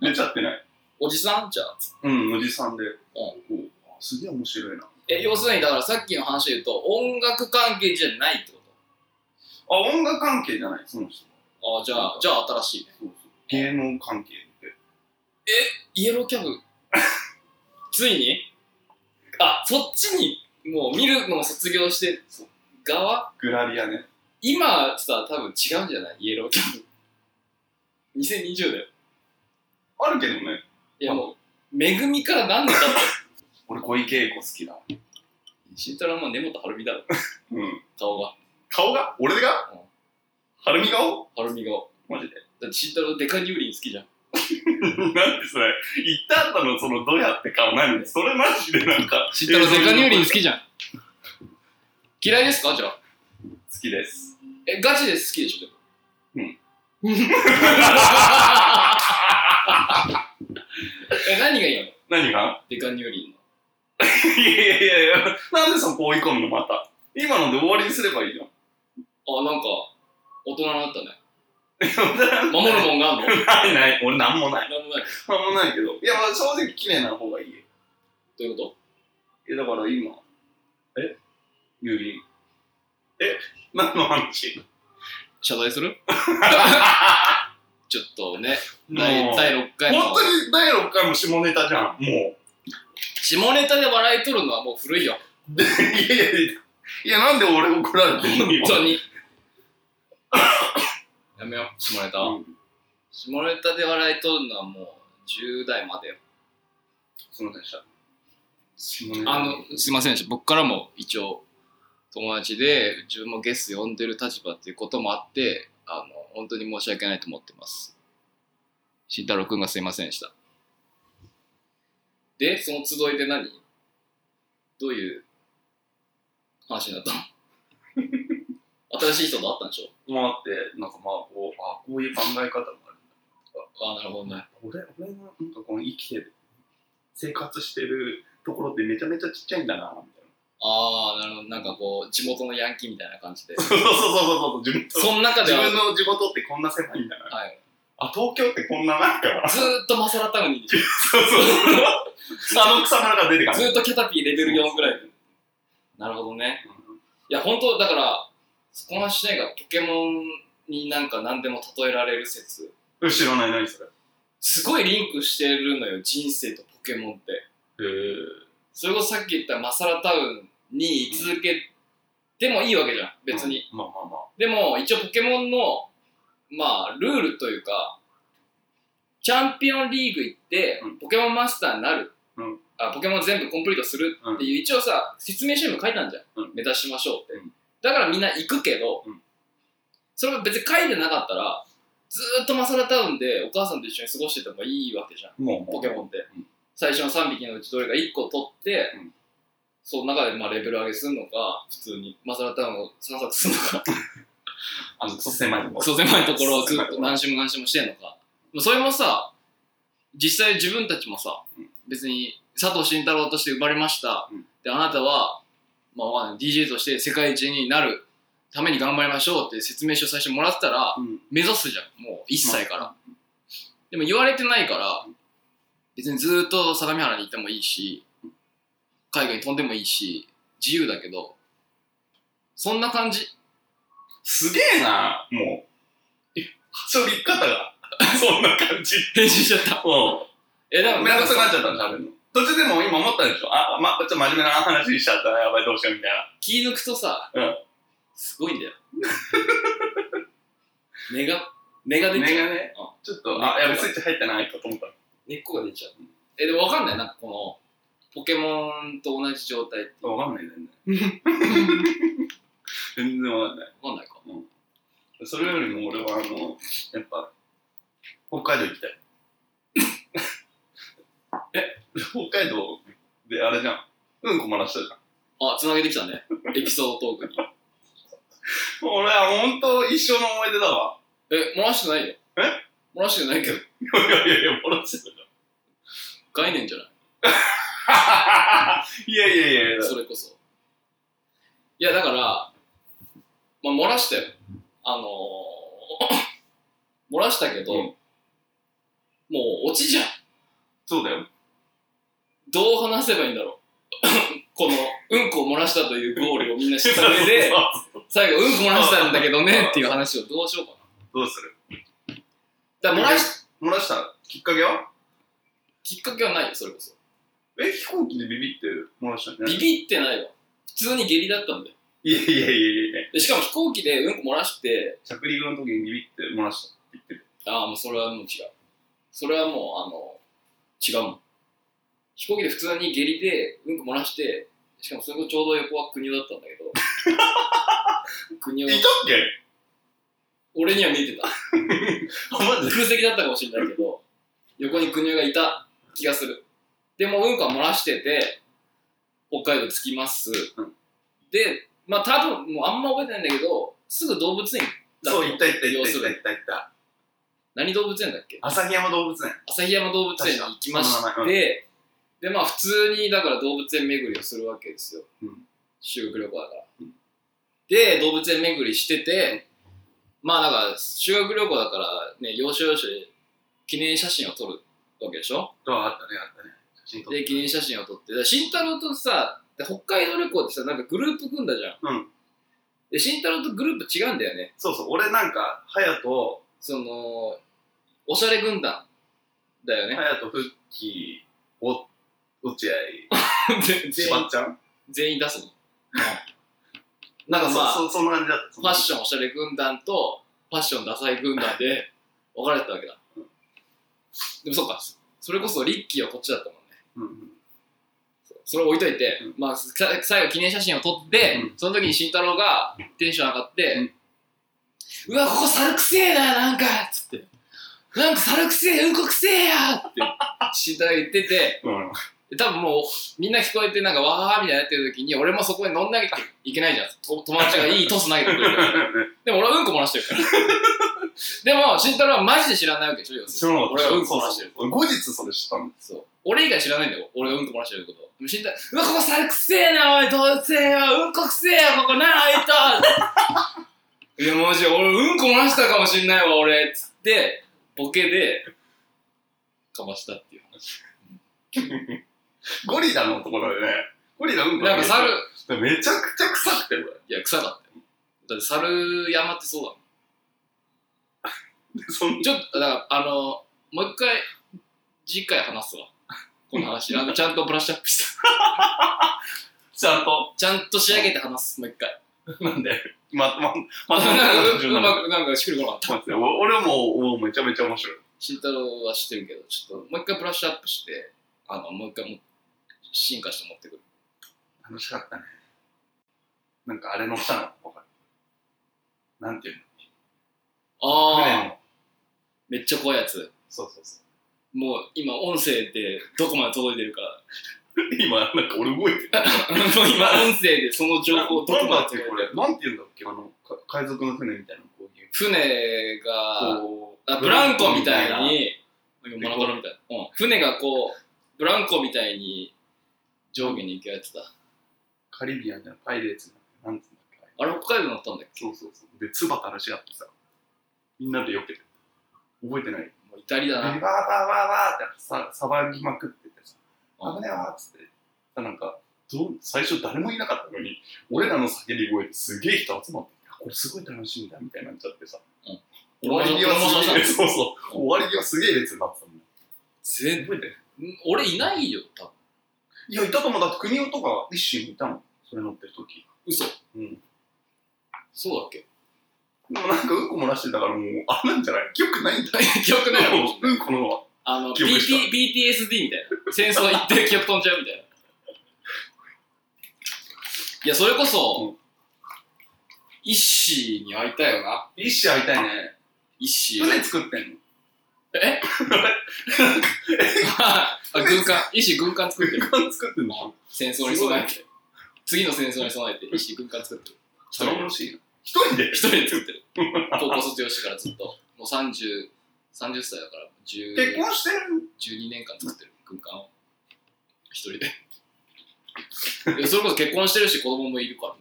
[SPEAKER 2] 出ちゃってない。
[SPEAKER 1] おじさんじゃあ
[SPEAKER 2] うん、おじさんで。こうあすげえ面白いな。
[SPEAKER 1] え要するにだからさっきの話で言うと音楽関係じゃないってこ
[SPEAKER 2] あ、音楽関係じゃない、その人。
[SPEAKER 1] とあじゃあじゃあ新しいね
[SPEAKER 2] そうそう。芸能関係って。
[SPEAKER 1] イエローキャブ ついにあそっちにもう見るのを卒業して側
[SPEAKER 2] グラビアね。
[SPEAKER 1] 今さ多分違うんじゃないイエローキャブ2020だよ
[SPEAKER 2] あるけどね。
[SPEAKER 1] いやもう恵みから何年経った
[SPEAKER 2] 俺、小池栄子好きだ。
[SPEAKER 1] 慎太郎はもう根本晴美だろ
[SPEAKER 2] うん。
[SPEAKER 1] 顔が
[SPEAKER 2] 顔が俺が
[SPEAKER 1] うん
[SPEAKER 2] はるみ顔
[SPEAKER 1] 晴美顔
[SPEAKER 2] マジで
[SPEAKER 1] だって慎太郎デカニューリン好きじゃん
[SPEAKER 2] なんでそれ行った後のそのどうやって顔何それマジでなんか
[SPEAKER 1] 慎
[SPEAKER 2] 太郎デカニューリン好
[SPEAKER 1] きじゃん嫌いですかじゃあ
[SPEAKER 2] 好きです
[SPEAKER 1] えガチで好きでしょでもうんえ何がいいの
[SPEAKER 2] 何が
[SPEAKER 1] デカニューリンの
[SPEAKER 2] いやいやいやなんでそこ追い込むのまた今ので終わりにすればいいじゃん
[SPEAKER 1] あ、なんか、大人になったね。 守るもんがあんのなんも
[SPEAKER 2] ないない、俺なんもない。
[SPEAKER 1] ない。
[SPEAKER 2] なんもないけど。いや、まあ正直綺麗な方がいいよ。
[SPEAKER 1] どういうこ
[SPEAKER 2] いや、だから今。え入院。え何の話
[SPEAKER 1] と謝罪す るちょっとね、
[SPEAKER 2] も
[SPEAKER 1] 第
[SPEAKER 2] う
[SPEAKER 1] 第6回の
[SPEAKER 2] 本当に第6回も下ネタじゃん。もう。 い
[SPEAKER 1] 下ネタで笑い取るのはもう古いよ。
[SPEAKER 2] やいやいや。いや、なんで俺怒られて
[SPEAKER 1] 本
[SPEAKER 2] るの
[SPEAKER 1] 当 に。やめよう、下ネタは。
[SPEAKER 2] うん
[SPEAKER 1] 下ネタで笑い取るのはもう10代までよ。
[SPEAKER 2] すみませんでした。下ネタ
[SPEAKER 1] あの、すいませんでした。僕からも一応、友達で、自分もゲス呼んでる立場っていうこともあって、あの、本当に申し訳ないと思ってます。慎太郎くんがすいませんでした。で、その集いで何どういう話になった の新しい人と会ったんでしょ
[SPEAKER 2] まあって、なんかまあ、こう、あこういう考え方もある。
[SPEAKER 1] ああ、なるほどね。
[SPEAKER 2] 俺、俺がなんかこの生きてる、生活してるところってめちゃめちゃちっちゃいんだな、みたいな。
[SPEAKER 1] ああ、なるほど。なんかこう、地元のヤンキーみたいな感 じで。
[SPEAKER 2] そうそうそうそう、自分
[SPEAKER 1] その中で
[SPEAKER 2] 自
[SPEAKER 1] は、
[SPEAKER 2] 分の地元ってこんな狭いんだな。
[SPEAKER 1] はい、
[SPEAKER 2] あ、東京ってこんななんか。
[SPEAKER 1] ずーっとマサラタウンにいるでしょ
[SPEAKER 2] そうそうそう。あの草原が出てか
[SPEAKER 1] ず
[SPEAKER 2] ない。
[SPEAKER 1] ーっとキャタピーレベル4ぐらい。なるほどね。いや、本当だから、この話しないがポケモンになんか何でも例えられる説。
[SPEAKER 2] うん知らない、何それ。
[SPEAKER 1] すごいリンクしてるのよ、人生とポケモンって。
[SPEAKER 2] へ
[SPEAKER 1] それこそさっき言ったマサラタウンに居続けてもいいわけじゃん、別に。。
[SPEAKER 2] まあまあまあ。
[SPEAKER 1] でも、一応ポケモンの、まあ、ルールというか、チャンピオンリーグ行って
[SPEAKER 2] うん、
[SPEAKER 1] ポケモンマスターになる。
[SPEAKER 2] うん
[SPEAKER 1] あポケモン全部コンプリートするっていう、一応さ、説明書にも書いたんじゃん。
[SPEAKER 2] うん
[SPEAKER 1] 目指しましょうって。
[SPEAKER 2] うん
[SPEAKER 1] だからみんな行くけど、
[SPEAKER 2] うん
[SPEAKER 1] それが別に書いてなかったら、ずーっとマサラタウンでお母さんと一緒に過ごしててもいいわけじゃん。
[SPEAKER 2] もう、
[SPEAKER 1] ポケモンって、
[SPEAKER 2] うん
[SPEAKER 1] 最初の3匹のうちどれか1個取って、
[SPEAKER 2] うん
[SPEAKER 1] その中でまあレベル上げするのか普通にマサラタウンを散策するのか
[SPEAKER 2] あの、クソ狭いところ。
[SPEAKER 1] クソ狭いところをずっと何周も何周もしてんのかもうそれもさ実際自分たちもさ、
[SPEAKER 2] うん
[SPEAKER 1] 別に佐藤慎太郎として生まれました、
[SPEAKER 2] うん
[SPEAKER 1] であなたは、まあわかんない、DJ として世界一になるために頑張りましょうって説明書最初もらってたら、
[SPEAKER 2] うん。
[SPEAKER 1] 目指すじゃんもう1歳から、でも言われてないから別にずーっと相模原に行ってもいいし海外に飛んでもいいし自由だけどそんな感じ
[SPEAKER 2] すげえな、もう。発音立方が。 そんな感じ。
[SPEAKER 1] 編集しちゃった
[SPEAKER 2] うん。
[SPEAKER 1] えでも
[SPEAKER 2] めん
[SPEAKER 1] な
[SPEAKER 2] ど
[SPEAKER 1] ん
[SPEAKER 2] く
[SPEAKER 1] か
[SPEAKER 2] さくなっちゃったの、喋るの。途中でも今思ったでしょあ、ま、ちょっと真面目な話しちゃったな、やばい、どうしようみたいな。
[SPEAKER 1] 気抜くとさ、
[SPEAKER 2] うん
[SPEAKER 1] すごいんだよ 根が根が出ちゃう
[SPEAKER 2] がね
[SPEAKER 1] あ
[SPEAKER 2] ちょっと、あ、やばい、スイッチ入ったな、一個と思った。
[SPEAKER 1] 根っこが出ちゃうえでも分かんないなんかこのポケモンと同じ状態って
[SPEAKER 2] わかんない、全 然。全然わかんない。
[SPEAKER 1] 分かんないか
[SPEAKER 2] それよりも俺は、あの、やっぱ、北海道行きたい。 え、北海道であれじゃん。うんこ漏らしたじゃん。
[SPEAKER 1] あつなげてき たねエピソードトークに
[SPEAKER 2] 俺は本当一生の思い出だわ。
[SPEAKER 1] え漏らしてないよ
[SPEAKER 2] え
[SPEAKER 1] 漏らしてないけど
[SPEAKER 2] いやいやいや、漏らしてたじゃん。
[SPEAKER 1] 概念じゃない
[SPEAKER 2] いやいやいやいや。
[SPEAKER 1] それこそいやだから、まあ、漏らしたよあのー 漏らしたけど、
[SPEAKER 2] うん
[SPEAKER 1] もう落ちじゃん
[SPEAKER 2] そうだよ。
[SPEAKER 1] どう話せばいいんだろう このうんこを漏らしたというゴールをみんな知った上 で最後うんこ漏らしたんだけどねっていう話をどうしようか
[SPEAKER 2] どうする
[SPEAKER 1] なだから漏らし
[SPEAKER 2] 漏らしたきっかけは
[SPEAKER 1] きっかけはないよそれこそ
[SPEAKER 2] え、飛行機でビビって漏らしたんじゃ
[SPEAKER 1] ビ
[SPEAKER 2] ない
[SPEAKER 1] ビってないわ普通に下痢だったんだよ
[SPEAKER 2] いやいやいやいやいや
[SPEAKER 1] でしかも飛行機でうんこ漏らして
[SPEAKER 2] 着陸の時にビビって漏らしたって言ってる。
[SPEAKER 1] ああ、もうそれはもう違う。それはもう、あの、違うもん。飛行機で普通に下痢で、うんこ漏らして、しかもそれこそちょうど横は国男だったんだけど、国
[SPEAKER 2] い
[SPEAKER 1] 男
[SPEAKER 2] たっけ
[SPEAKER 1] 俺には見えてた。
[SPEAKER 2] あ、マジで
[SPEAKER 1] 空席だったかもしれないけど、横に国男がいた気がする。でも、うんこは漏らしてて、北海道着きます。
[SPEAKER 2] うん
[SPEAKER 1] で、まあ多分、もうあんま覚えてないんだけど、すぐ動物園だ
[SPEAKER 2] そう、行った行った行
[SPEAKER 1] 要
[SPEAKER 2] った
[SPEAKER 1] す
[SPEAKER 2] 行った
[SPEAKER 1] るに
[SPEAKER 2] 行った行った。
[SPEAKER 1] 何動物園だっけ
[SPEAKER 2] 旭山動物園。
[SPEAKER 1] 旭山動物園に行きまし
[SPEAKER 2] 確か
[SPEAKER 1] て、
[SPEAKER 2] に
[SPEAKER 1] でまあ普通にだから動物園巡りをするわけですよ、
[SPEAKER 2] うん
[SPEAKER 1] 修学旅行だから、
[SPEAKER 2] うん
[SPEAKER 1] で動物園巡りしてて、まあだから修学旅行だからね要所要所で記念写真を撮るわけでしょ
[SPEAKER 2] とはあったね、あったね。写真撮っ
[SPEAKER 1] で記念写真を撮ってだから慎太郎とさで北海道旅行ってさなんかグループ組んだじゃん、
[SPEAKER 2] うん
[SPEAKER 1] で慎太郎とグループ違うんだよね
[SPEAKER 2] そうそう、俺なんか、隼人、
[SPEAKER 1] そのおしゃれ軍団だよね、
[SPEAKER 2] 隼人、復帰、お、落合、
[SPEAKER 1] 全
[SPEAKER 2] し
[SPEAKER 1] 全員
[SPEAKER 2] ばっちゃん
[SPEAKER 1] 全員出すの
[SPEAKER 2] なんか
[SPEAKER 1] まあ
[SPEAKER 2] そ、そそんな感じだった。
[SPEAKER 1] ファッシ
[SPEAKER 2] ョン。
[SPEAKER 1] ョンおしゃれ軍団とファッションダサい軍団で分かれてたわけだでもそうかそれこそリッキーはこっちだったもんね
[SPEAKER 2] うんうん。
[SPEAKER 1] それを置いといて、
[SPEAKER 2] うん
[SPEAKER 1] まあ、さ最後記念写真を撮って、
[SPEAKER 2] うん
[SPEAKER 1] その時に慎太郎がテンション上がって、うわ、ここ猿くせえな、なんかっつって。なんか猿くせえ、うんこくせえやって、慎太郎が言ってて、
[SPEAKER 2] うん、
[SPEAKER 1] 多分もう、みんな聞こえて、なんか、わーみたいになってる時に、俺もそこに乗んなきゃいけないじゃん。と友達がいいトス投げてくれる から。でも俺はうんこ漏らしてるから。 でも、慎太郎はマジで知らないわけでしょ、要す
[SPEAKER 2] 知
[SPEAKER 1] る
[SPEAKER 2] ら
[SPEAKER 1] に
[SPEAKER 2] なかった
[SPEAKER 1] 俺はうんこ漏らしてる。
[SPEAKER 2] そうそう後日それ知ったの。
[SPEAKER 1] そう。俺以外知らないんだよ。俺がうんこ漏らしてること。でも死んだら、うわ、ここ猿くせえな、おい、どうせよ、うんこくせえよ、ここな、あいと。いや、 マジで、俺、うんこ漏らしたかもしんないわ、俺。つって、ボケで、かましたっていう話。
[SPEAKER 2] ゴリラのところでね、ゴリラうんこ
[SPEAKER 1] なんか猿、い
[SPEAKER 2] めちゃくちゃ臭くて、こ
[SPEAKER 1] や、臭かったよ。だって猿山ってそうだも
[SPEAKER 2] れ。でそん
[SPEAKER 1] ん。ちょっと、だから、あの、もう一回、次回話すわ。 この 話。あの、ちゃんとブラッシュアップした。
[SPEAKER 2] ちゃんと、
[SPEAKER 1] ちゃんと仕上げて話す、もう一回。
[SPEAKER 2] な んで、ま、ま、ま、
[SPEAKER 1] なん
[SPEAKER 2] ま、
[SPEAKER 1] か、うまく、なんか、しっくりこなかった。
[SPEAKER 2] 待ってお俺も、もうめちゃめちゃ面白い。
[SPEAKER 1] 慎太郎は知ってるけど、ちょっともう一回ブラッシュアップして、あのもう一回も進化して持ってくる。
[SPEAKER 2] 楽しかったね。なんかあれ乗ったの、わかる。なんていうの船
[SPEAKER 1] ああ、
[SPEAKER 2] の。
[SPEAKER 1] めっちゃ怖いやつ。
[SPEAKER 2] そうそうそ
[SPEAKER 1] もう今、音声でどこまで届いてるか、
[SPEAKER 2] う。今、なんか俺動いてる。
[SPEAKER 1] もう今、音声でその情報どこ
[SPEAKER 2] なん
[SPEAKER 1] ま
[SPEAKER 2] だ
[SPEAKER 1] で
[SPEAKER 2] っけ
[SPEAKER 1] 届いて
[SPEAKER 2] こ
[SPEAKER 1] る
[SPEAKER 2] れ。なんていうんだっけあの、か海賊の船みたいな、こういう。
[SPEAKER 1] 船が、
[SPEAKER 2] こう
[SPEAKER 1] あブランコみたい。に、モ
[SPEAKER 2] な
[SPEAKER 1] ノクロみたいな、うん船がこう、ブランコみたいに上下に行くやつだ。
[SPEAKER 2] カリビアンじゃない、パイレーツのなんていうんだっけあれ
[SPEAKER 1] あれ、北海道に乗ったんだっけ
[SPEAKER 2] そうそうそう。で、唾垂らし合ってさ、みんなで避けて。覚えてないで、
[SPEAKER 1] もうイタリだ
[SPEAKER 2] わーわ
[SPEAKER 1] な。
[SPEAKER 2] ーわーわーってさ、騒ぎまくっててさ、
[SPEAKER 1] うん
[SPEAKER 2] 危ねえわーっつって。さなんか、どう最初誰もいなかったのに、俺らの叫び声ですげえ人集まって、あこれすごい楽しみだみたいになっちゃってさ、終わり際すげえ、そうそう、終わり際すげえ列になってたんだよ。
[SPEAKER 1] 全
[SPEAKER 2] 覚えてる
[SPEAKER 1] ん俺いないよ、多分。
[SPEAKER 2] いや、いたと思う。だって、国男とか一瞬いたの。それ乗ってる時。
[SPEAKER 1] 嘘。
[SPEAKER 2] うん。
[SPEAKER 1] そうだっけ
[SPEAKER 2] でもなんか、うんこ漏らしてたからもう、あれなんじゃない記憶ないんだよ。
[SPEAKER 1] 記憶ないの
[SPEAKER 2] うんこの
[SPEAKER 1] あの、
[SPEAKER 2] 記憶した
[SPEAKER 1] BT BTSD みたいな。戦争行って記憶飛んじゃうみたいな。いや、それこ
[SPEAKER 2] う
[SPEAKER 1] そ、イッシーに会いたいよな。
[SPEAKER 2] 一社会いたいね。
[SPEAKER 1] イッシー。
[SPEAKER 2] 船作ってんの
[SPEAKER 1] え あ、軍艦。イッシー軍艦作ってる。
[SPEAKER 2] 軍艦作ってんの
[SPEAKER 1] 戦争に備えて。次の戦争に備えて、イッシー軍艦作ってる。一人
[SPEAKER 2] 頼もしいな。一人で
[SPEAKER 1] 一人で作ってる。高校卒業してからずっと。もう30、30歳だから、10
[SPEAKER 2] 結婚してる
[SPEAKER 1] 12年間作ってる軍艦を一人でいやそれこそ結婚してるし子供もいるからね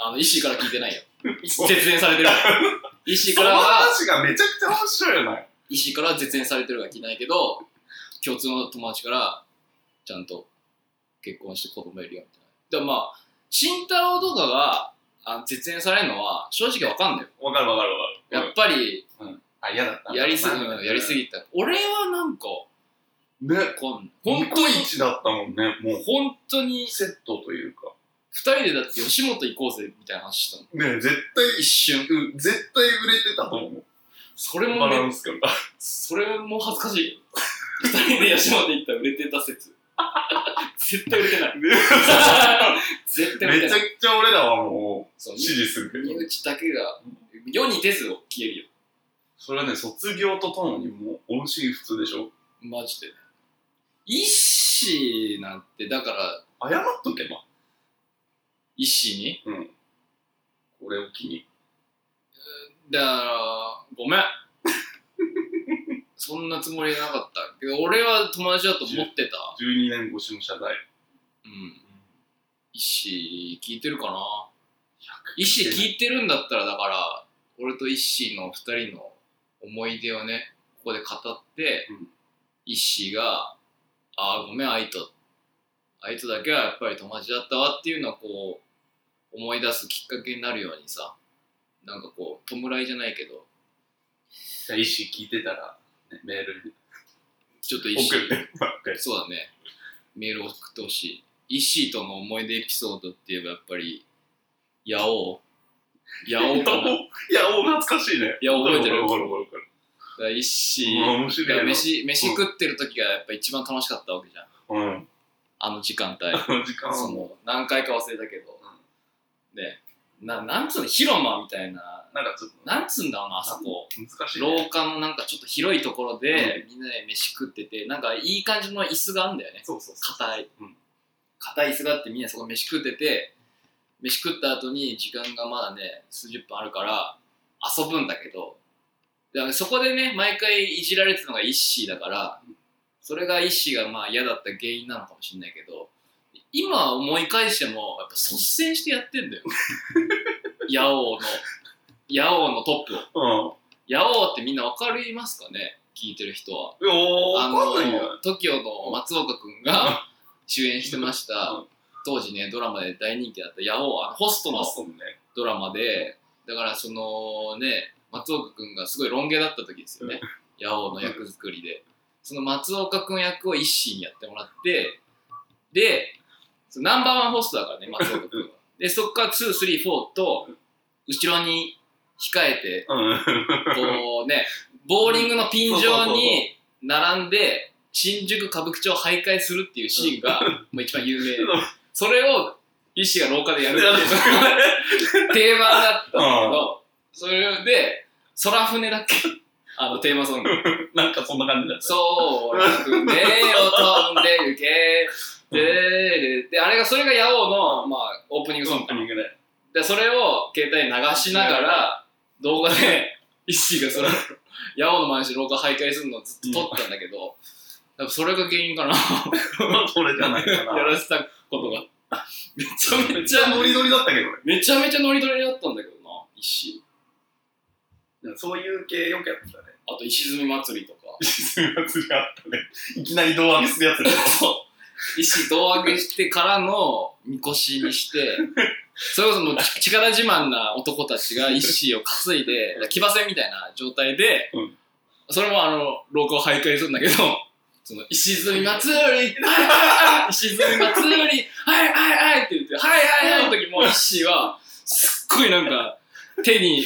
[SPEAKER 1] あの石井から聞いて ないよ
[SPEAKER 2] そ
[SPEAKER 1] 絶縁されてるから石井
[SPEAKER 2] そ
[SPEAKER 1] か
[SPEAKER 2] の
[SPEAKER 1] らは
[SPEAKER 2] 話がめちゃくちゃ面白いよね。
[SPEAKER 1] 石井からは絶縁されてるから聞いてないけど共通の友達からちゃんと結婚して子供いるよみたいなでもまあ慎太郎とかがあ絶縁されるのは正直わかんないよ
[SPEAKER 2] わかるわかるわか
[SPEAKER 1] やっぱり
[SPEAKER 2] あ、嫌だった
[SPEAKER 1] やりすぎやりす
[SPEAKER 2] ぎ。
[SPEAKER 1] ぎた俺はなんか
[SPEAKER 2] ね。
[SPEAKER 1] こん
[SPEAKER 2] 本
[SPEAKER 1] 本当
[SPEAKER 2] 当
[SPEAKER 1] に
[SPEAKER 2] 一だったもんね。もう、
[SPEAKER 1] 本当に
[SPEAKER 2] セットというか。
[SPEAKER 1] 二人でだって吉本行こうぜみたいな話したの
[SPEAKER 2] ね絶
[SPEAKER 1] 一
[SPEAKER 2] 対、
[SPEAKER 1] 瞬
[SPEAKER 2] うん絶対売れてたと思う。
[SPEAKER 1] それも
[SPEAKER 2] バラ
[SPEAKER 1] ね
[SPEAKER 2] ンス感が。
[SPEAKER 1] それも恥ずかしい二人で吉本行ったら売れてた説絶対売れてない
[SPEAKER 2] ね
[SPEAKER 1] 絶対売れ
[SPEAKER 2] め
[SPEAKER 1] て
[SPEAKER 2] ち
[SPEAKER 1] ない
[SPEAKER 2] ゃくちゃ俺らはも
[SPEAKER 1] そう
[SPEAKER 2] う、
[SPEAKER 1] 身
[SPEAKER 2] 支持するけど。
[SPEAKER 1] 内だけが世に出ずを消えるよ
[SPEAKER 2] それはね、卒業とともにもう、音信不通でしょ
[SPEAKER 1] マジで一子なんてだから
[SPEAKER 2] 謝っとけば。
[SPEAKER 1] 一子に
[SPEAKER 2] これを機に。
[SPEAKER 1] だからごめんそんなつもりなかったけど俺は友達だと思ってた
[SPEAKER 2] 12年越しの謝罪。
[SPEAKER 1] うん。医師聞いてるかな医師聞いてるんだったら、だから、俺と石の2人の思い出をねここで語って、
[SPEAKER 2] うん
[SPEAKER 1] 石が「ああごめんあいとあいとだけはやっぱり友達だったわ」っていうのをこう思い出すきっかけになるようにさなんかこう弔いじゃないけど
[SPEAKER 2] じゃあ、意思聞いてたら、ね、メール
[SPEAKER 1] ちょっと
[SPEAKER 2] に
[SPEAKER 1] 石
[SPEAKER 2] 送ってもらって。
[SPEAKER 1] そうだね。メールを送ってほしい。イッシーとの思い出エピソードって言えばやっぱり、ヤオウ。ヤオウかな。だか
[SPEAKER 2] いや、お懐かしいね。
[SPEAKER 1] いや覚えてる
[SPEAKER 2] わかるわかるわかる。
[SPEAKER 1] らイッシ
[SPEAKER 2] うん
[SPEAKER 1] ー
[SPEAKER 2] 面白
[SPEAKER 1] が
[SPEAKER 2] いな
[SPEAKER 1] 飯飯食ってる時がやっぱ一番楽しかったわけじゃん。
[SPEAKER 2] うん。
[SPEAKER 1] あの時間帯。
[SPEAKER 2] あの時間は
[SPEAKER 1] そ
[SPEAKER 2] も
[SPEAKER 1] の何回か忘れたけど。で、ななんつうの、広間みたいな。
[SPEAKER 2] う、なんかちょっと
[SPEAKER 1] なんつうんだろうな、あそこ。
[SPEAKER 2] 難しい、ね。
[SPEAKER 1] 廊下のなんかちょっと広いところでみんなで飯食ってて、なんかいい感じの椅子があるんだよね。
[SPEAKER 2] そうそうそう。
[SPEAKER 1] 硬い
[SPEAKER 2] うん
[SPEAKER 1] 硬い椅子があってみんなそこ飯食ってて飯食った後に時間がまだね数十分あるから遊ぶんだけどだからそこでね毎回いじられてたのがイッシーだからそれがイッシーがまあ嫌だった原因なのかもしれないけど今思い返してもやっぱ率先してやってんだよ ヤオウのヤオウのトップを
[SPEAKER 2] う
[SPEAKER 1] ヤオウってみんな分かりますかね聞いてる人は
[SPEAKER 2] ん。いやー、
[SPEAKER 1] あ
[SPEAKER 2] わかんないよ。
[SPEAKER 1] の、TOKIO の松岡くんが主演してました、
[SPEAKER 2] うん
[SPEAKER 1] 当時ね、ドラマで大人気だった、ヤオー、あのホストの
[SPEAKER 2] あそうね。
[SPEAKER 1] ドラマで、だからそのね、松岡くんがすごいロン毛だった時ですよね、ヤオーの役作りで。その松岡くん役を一心にやってもらって、で、そのナンバーワンホストだからね、松岡くん は。で、そこから2、3、4と、後ろに控えて、
[SPEAKER 2] うん。
[SPEAKER 1] こうね、ボーリングのピン上に並んで、新宿歌舞伎町を徘徊するっていうシーンが、もう一番有 名。それを、医師が廊下でやるって いうのが定番だったんだけど、それで、空船だっけあの、テーマソング。
[SPEAKER 2] なん かそんな感じだった。
[SPEAKER 1] そう、船を飛んで行け、ででで、あれが、それがヤオウの、まあ、オープニングソングかな。
[SPEAKER 2] ぐらい。
[SPEAKER 1] で、それを携帯に流しながら、動画で、 イッシーがそれ、ヤオの前に廊下徘徊するのをずっと撮ったんだけど、多分それが原因かな。
[SPEAKER 2] それじゃないかな。
[SPEAKER 1] やらせたことが。めちゃ
[SPEAKER 2] め
[SPEAKER 1] め
[SPEAKER 2] っ
[SPEAKER 1] ち
[SPEAKER 2] ちゃ
[SPEAKER 1] ゃ、
[SPEAKER 2] ノリノリだったけどね。
[SPEAKER 1] めちゃめちゃノリノリだったんだけどな、イッシ
[SPEAKER 2] そういう系よくやってたね。
[SPEAKER 1] ー。あと、石積み祭りとか。
[SPEAKER 2] すみません、あったね。いきなり胴上げするやつだよ。
[SPEAKER 1] 石胴上げしてからのみこしにして、それこそもうち力自慢な男たちが石を担いで、騎馬戦みたいな状態で、
[SPEAKER 2] うん
[SPEAKER 1] それもあの、廊下を徘徊するんだけど、その石積み祭り、はいは いはい、石積み祭り、はいはいはいって言って、はいはいはいの時も石は、すっごいなんか、手に、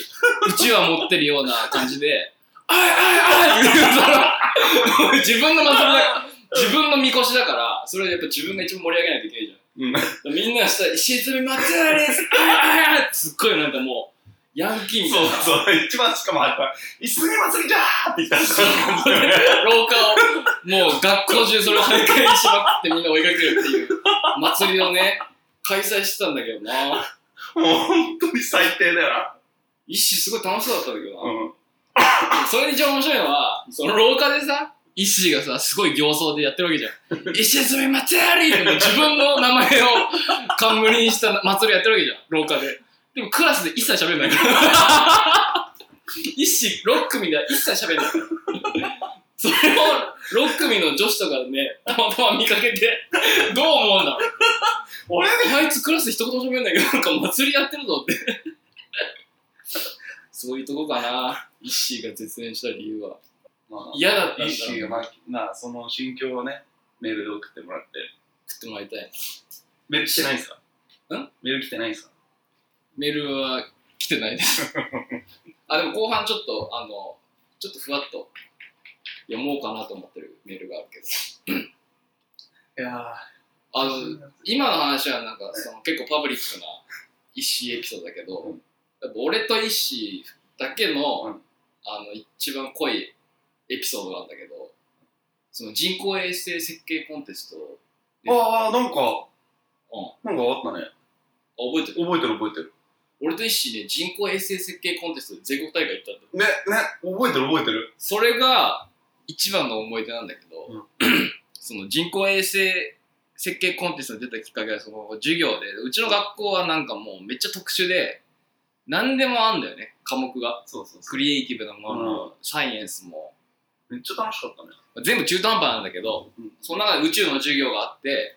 [SPEAKER 1] うちわ持ってるような感じで、はいはいはいって言うからもう自分の祭りだ自分のみこしだから、それはやっぱ自分が一番盛り上げないといけないじゃん。
[SPEAKER 2] うん。
[SPEAKER 1] みんなしたら、石積み祭りですあいあいあいすっごいなんかもう、ヤンキーみたい
[SPEAKER 2] そう
[SPEAKER 1] な。
[SPEAKER 2] そう、一番しかもあれは、いすみ祭りじゃーって言った感じでね。
[SPEAKER 1] 廊下を、もう学校中それを徘徊しまくってみんな追いかけるっていう祭りをね、開催してたんだけどな。
[SPEAKER 2] もう本当に最低だよな。
[SPEAKER 1] 一子すごい楽しそうだったんだけどな。
[SPEAKER 2] ん。
[SPEAKER 1] それで一番面白いのは、その廊下でさ、イシがさ、すごい形相でやってるわけじゃん。石積み祭りってもう自分の名前を 冠にした祭りやってるわけじゃん、廊下で。でもクラスで一切喋んない から。イシ、6組では一切喋んないから。それを6組の女子とかでね、たまたま見かけて、どう思うんだろう。
[SPEAKER 2] 俺
[SPEAKER 1] あいつクラスで一言も喋んないけど、なんか祭りやってるぞって。そういうとこかな。イッシーが絶縁した理由は。
[SPEAKER 2] ま
[SPEAKER 1] 嫌だったんだ
[SPEAKER 2] あ、いしが、まあ、なあ、その心境をね、メールで送ってもらって。
[SPEAKER 1] 食ってもらいたい
[SPEAKER 2] メール来てないんすか
[SPEAKER 1] ん
[SPEAKER 2] メール来てないんすか
[SPEAKER 1] メールは来てないです あでも後半ちょっとあのちょっとふわっと読もうかなと思ってるメールがあるけど
[SPEAKER 2] いや
[SPEAKER 1] あの
[SPEAKER 2] ー。
[SPEAKER 1] 今の話はなんかその結構パブリックな石井エピソードだけど、
[SPEAKER 2] うん
[SPEAKER 1] やっぱ俺と石井だけの,、
[SPEAKER 2] うん
[SPEAKER 1] あの一番濃いエピソードなんだけどその人工衛星設計コンテスト
[SPEAKER 2] ああ、なんか、
[SPEAKER 1] う
[SPEAKER 2] なんかあったね。
[SPEAKER 1] あ覚えてる
[SPEAKER 2] 覚えてる覚えてる。
[SPEAKER 1] 俺と石井ね人工衛星設計コンテストで全国大会行ったんだよ
[SPEAKER 2] ね、ね、覚えてる覚えてる。
[SPEAKER 1] それが一番の思い出なんだけど、
[SPEAKER 2] うん
[SPEAKER 1] その人工衛星設計コンテストに出たきっかけはその授業でうちの学校はなんかもうめっちゃ特殊で何でもあんだよね、科目が。
[SPEAKER 2] そうそうそ
[SPEAKER 1] クリエイティブなものも、サイエンスも。
[SPEAKER 2] う。めっちゃ楽しかったね。
[SPEAKER 1] 全部中途半端なんだけど、その中で宇宙の授業があって、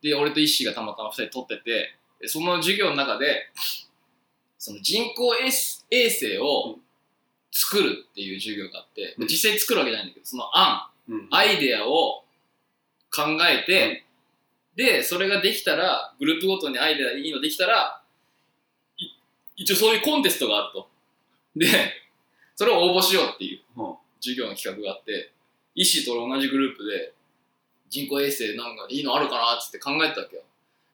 [SPEAKER 1] で、俺と石がたまたま二人取ってて、でその授業の中で、その人工衛星衛星を作るっていう授業があって、
[SPEAKER 2] うん
[SPEAKER 1] 実際作るわけじゃないんだけど、その案、
[SPEAKER 2] うん。
[SPEAKER 1] アイデアを考えて、で、それができたら、グループごとにアイデアいいのできたら、い一応そういうコンテストがあると。で、それを応募しようっていう
[SPEAKER 2] うん
[SPEAKER 1] 授業の企画があって、医師と同じグループで、人工衛星なんかいいのあるかなっつって考えてたわけよ。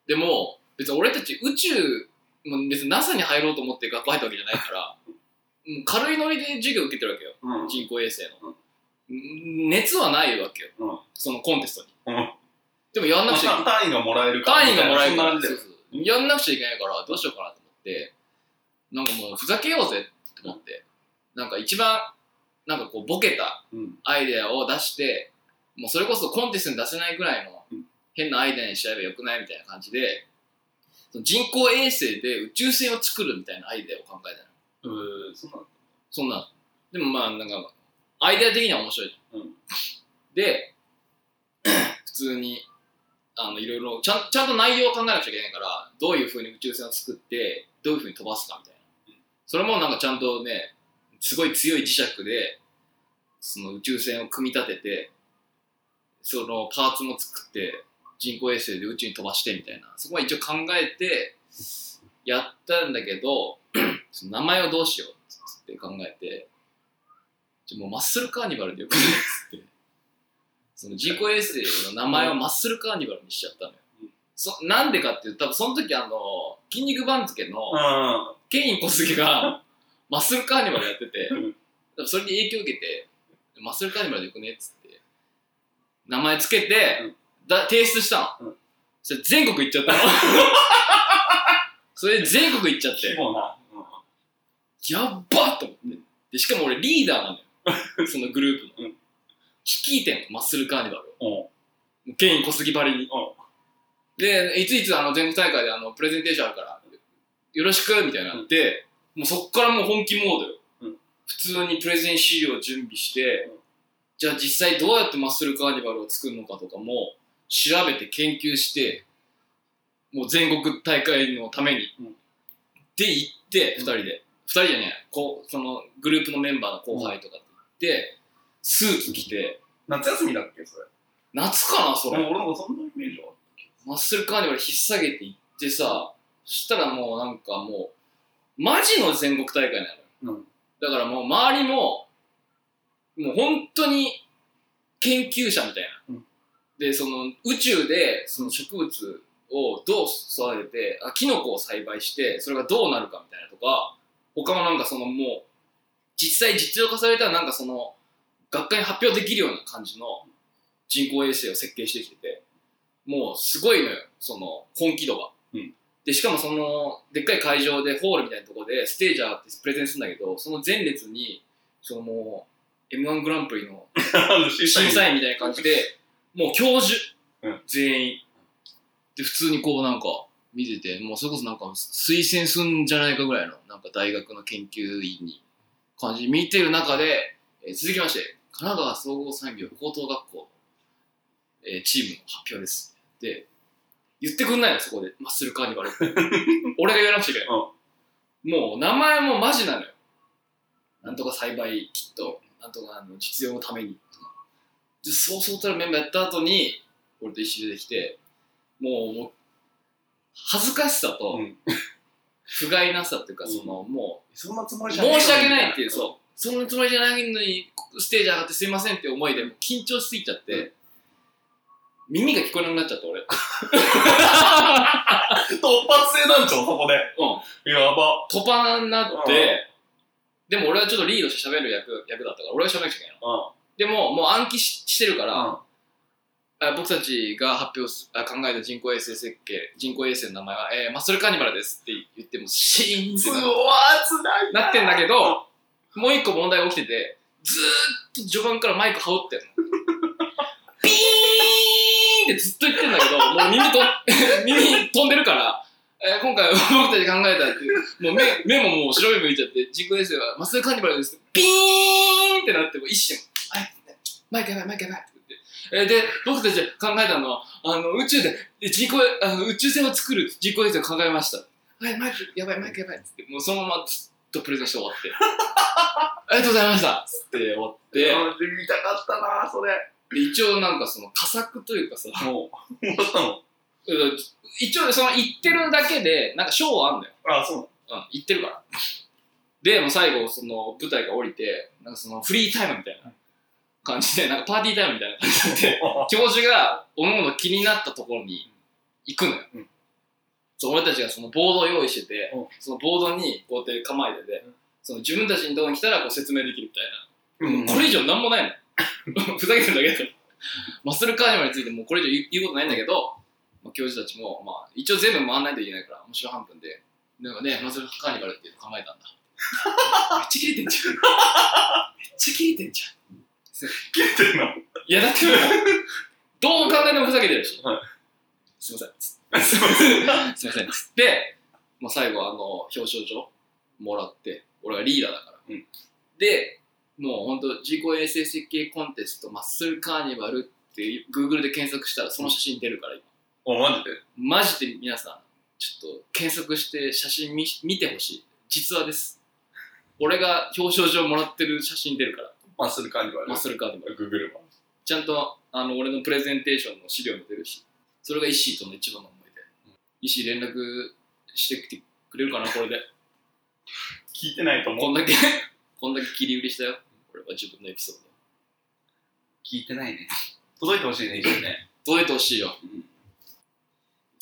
[SPEAKER 1] でも、別に俺たち宇宙、もう別に NASA に入ろうと思って学校入ったわけじゃないから、もう軽いノリで授業受けてるわけよ。
[SPEAKER 2] うん。
[SPEAKER 1] 人工衛星の、ん熱はないわけよ、
[SPEAKER 2] うん
[SPEAKER 1] そのコンテストに、
[SPEAKER 2] うん
[SPEAKER 1] でもやんな
[SPEAKER 2] ま
[SPEAKER 1] くちゃい
[SPEAKER 2] あ、
[SPEAKER 1] けない
[SPEAKER 2] 単位がもらえるから。
[SPEAKER 1] 単位がもらえるから
[SPEAKER 2] みたいなそ
[SPEAKER 1] そう
[SPEAKER 2] んな感じだよ
[SPEAKER 1] そうやんなくちゃいけないからどうしようかなと思ってなんかもうふざけようぜと思って、なんか一番なんかこうボケた
[SPEAKER 2] うん。
[SPEAKER 1] アイデアを出してもうそれこそコンテストに出せないぐらいの
[SPEAKER 2] うん
[SPEAKER 1] 変なアイデアにしちゃえばよくないみたいな感じでその人工衛星で宇宙船を作るみたいなアイデアを考えたの
[SPEAKER 2] うーん、そんなの
[SPEAKER 1] そんな。でもまあ、なんか、アイデア的には面白いじゃん。
[SPEAKER 2] うん
[SPEAKER 1] で、 普通に、あの、いろいろ、ちゃん、ちゃんと内容を考えなくちゃいけないから、どういうふうに宇宙船を作って、どういうふうに飛ばすかみたいな。それもなんかちゃんとね、すごい強い磁石で、その宇宙船を組み立てて、そのパーツも作って、人工衛星で宇宙に飛ばしてみたいな。そこは一応考えて、やったんだけど、 その名前をどうしようって考えて、じゃあもうマッスルカーニバルでよくないっつって、その人工衛星の名前をマッスルカーニバルにしちゃったのよ
[SPEAKER 2] うん。
[SPEAKER 1] そなんでかっていうと、多分その時あの、筋肉番付の、ケイン小杉 がマッスルカーニバルやってて、だ
[SPEAKER 2] うん
[SPEAKER 1] からそれに影響受けて、マッスルカーニバルでよくねっつって、名前つけて、
[SPEAKER 2] うん
[SPEAKER 1] だ提出したの。
[SPEAKER 2] うん
[SPEAKER 1] それ全国行っちゃったの。それで全国行っちゃっ
[SPEAKER 2] うん。
[SPEAKER 1] て、
[SPEAKER 2] 規模な。うん
[SPEAKER 1] やっばと思って。で、しかも俺リーダーなの よ。そのグループの。
[SPEAKER 2] う
[SPEAKER 1] 率いてんの、マッスルカーニバルを。
[SPEAKER 2] うん。
[SPEAKER 1] ケイン小杉ばりに
[SPEAKER 2] うん。
[SPEAKER 1] で、いついつあの全国大会であのプレゼンテーションあるから、よろしくみたいになって、もうそっからもう本気モードよ。
[SPEAKER 2] うん
[SPEAKER 1] 普通にプレゼン資料を準備して、
[SPEAKER 2] うん
[SPEAKER 1] じゃあ実際どうやってマッスルカーニバルを作るのかとかも調べて研究して、もう全国大会のために。
[SPEAKER 2] うん
[SPEAKER 1] で、行って、二
[SPEAKER 2] うん
[SPEAKER 1] 人で。二人じゃねえこう、そのグループのメンバーの後輩とかって行って、スーツ着て、
[SPEAKER 2] 夏休みだっけそれ。
[SPEAKER 1] 夏かな、それ
[SPEAKER 2] で。も俺もそんなイメージは。
[SPEAKER 1] マッスルカーニバル引っ提げていってさ、そしたらもうなんかもう、マジの全国大会なのよ。
[SPEAKER 2] うん。
[SPEAKER 1] だからもう周りも、もう本当に研究者みたいな。
[SPEAKER 2] うん
[SPEAKER 1] で、その宇宙でその植物をどう育てて、あキノコを栽培して、それがどうなるかみたいなとか、他のなんかそのもう、実際実用化されたらなんかその、学会に発表できるような感じの人工衛星を設計してきてて、もうすごいのよ、その本気度が。
[SPEAKER 2] うん
[SPEAKER 1] で、しかもその、でっかい会場で、ホールみたいなところで、ステージャーってプレゼンするんだけど、その前列に、そのもう、M1 グランプリの
[SPEAKER 2] あの審
[SPEAKER 1] 審
[SPEAKER 2] 員
[SPEAKER 1] 査員みたいな感じ で、もう教授、
[SPEAKER 2] うん
[SPEAKER 1] 全員。で、普通にこうなんか見てて、もうそれこそなんか推薦すんじゃないかぐらいの、なんか大学の研究員に感じ、見てる中で、えー続きまして、神奈川総合産業高等学校、えーチームの発表です。で、言ってくんないの、そこで。マッスルカーニ バル。俺が言わなくちゃいけない。もう名前もマジなのよ。なんとか栽培きっと、なんとかあの実用のために。で、そうそうたるメンバーやった後に、俺と一緒に出てきて、もう、もう恥ずかしさと、
[SPEAKER 2] うん
[SPEAKER 1] 不甲斐なさっていうか、
[SPEAKER 2] うん
[SPEAKER 1] その、も
[SPEAKER 2] そんなつも
[SPEAKER 1] う、
[SPEAKER 2] り
[SPEAKER 1] 申
[SPEAKER 2] じゃねえよ
[SPEAKER 1] し訳ないっていう、
[SPEAKER 2] みたな
[SPEAKER 1] そう。そんなつもりじゃないのに、ステージ上がってすいませんって思いで、もう緊張しすぎちゃって、
[SPEAKER 2] うん
[SPEAKER 1] 耳が聞こえなくなっちゃった、 俺。
[SPEAKER 2] 突発性なんちゃうそこで。うん。やば。
[SPEAKER 1] トパになって、でも俺はちょっとリードして喋る役役だったから、俺は喋らなきゃいけないの。でも、もう暗記ししてるから、あ僕たちが発表すあ考えた人工衛星設計、人工衛星の名前は、えーマッスルカーニバルですって言っても、シーン
[SPEAKER 2] うん。
[SPEAKER 1] って
[SPEAKER 2] すご
[SPEAKER 1] なっ
[SPEAKER 2] い、
[SPEAKER 1] て
[SPEAKER 2] つらい
[SPEAKER 1] なってんだけど、もう一個問題が起きてて、ずーっと序盤からマイク羽織ってんの。ピ ーンってずっと言ってんだけど、もう耳と、耳飛んでるから、えー今回僕たち考えたっていう、もう目目ももう白目向いちゃって、人工衛星はマスダカーニバルですって、ピーンってなって、もう一瞬、あれマイクやばい、マイクやばいって言って。えーで、僕たち考えたのは、あの、宇宙で、え人工衛あの宇宙船を作る人工衛星を考えました。はい、マイクやばい、マイクやばいって言って、もうそのままずっとプレゼンして終わって。 ありがとうございましたつって終わって、
[SPEAKER 2] あれ見たかったな、それ。
[SPEAKER 1] で一応なんかその、佳作というかさ、
[SPEAKER 2] もう、終わった
[SPEAKER 1] う
[SPEAKER 2] の。
[SPEAKER 1] ん一応その言ってるだけで、なんか賞はあんだよ。
[SPEAKER 2] あ、そう
[SPEAKER 1] うん、言ってるから。で、もう最後、その舞台が降りて、なんかそのフリータイムみたいな感じで、なんかパーティータイムみたいな感じになって、
[SPEAKER 2] なの。
[SPEAKER 1] 教授が、おのおの気になったところに行くのよ。
[SPEAKER 2] うん
[SPEAKER 1] そう俺たちがそのボードを用意してて、
[SPEAKER 2] うん
[SPEAKER 1] そのボードにこうやって構えてて、
[SPEAKER 2] うん
[SPEAKER 1] その自分たちのとこに来たらこう説明できるみたいな。
[SPEAKER 2] うん
[SPEAKER 1] これ以上なんもないの ふざけてるだけだからマッスルカーニバルについてもうこれ以上言うことないんだけど、まあ、教授たちも、まあ、一応全部回んないといけないから面白半分でなんかねマッスルカーニバルっていうの考えた んだめっちゃ切れてんじゃんめっちゃ切れてんじゃ
[SPEAKER 2] 切れてんの。
[SPEAKER 1] んいやだってもうどう考えてもふざけてるでしょ、
[SPEAKER 2] はい
[SPEAKER 1] すいませんつ
[SPEAKER 2] すいません。
[SPEAKER 1] すいませんつって、まあ、最後あの表彰状もらって俺がリーダーだから、
[SPEAKER 2] うん
[SPEAKER 1] でもう本当自己衛星設計コンテストマッスルカーニバルっていう Google で検索したらその写真出るから今
[SPEAKER 2] お、マジで
[SPEAKER 1] マジで皆さんちょっと検索して写真見し見てほしい実話です俺が表彰状もらってる写真出るから
[SPEAKER 2] マッスルカーニバル。
[SPEAKER 1] マッスルカーニバル
[SPEAKER 2] グーグル版。
[SPEAKER 1] ちゃんとあの俺のプレゼンテーションの資料も出るし、それが石井との一番の思い出。石井連絡してきてくれるかな、これで。
[SPEAKER 2] 聞いてないと
[SPEAKER 1] こ
[SPEAKER 2] 思
[SPEAKER 1] ん
[SPEAKER 2] う。
[SPEAKER 1] だけ、 こんだけ切り売りしたよ。俺は自分のエピソード。
[SPEAKER 2] 聞いてないね。届いてほしいね、一緒にね。
[SPEAKER 1] 届いてほしいよ
[SPEAKER 2] うん。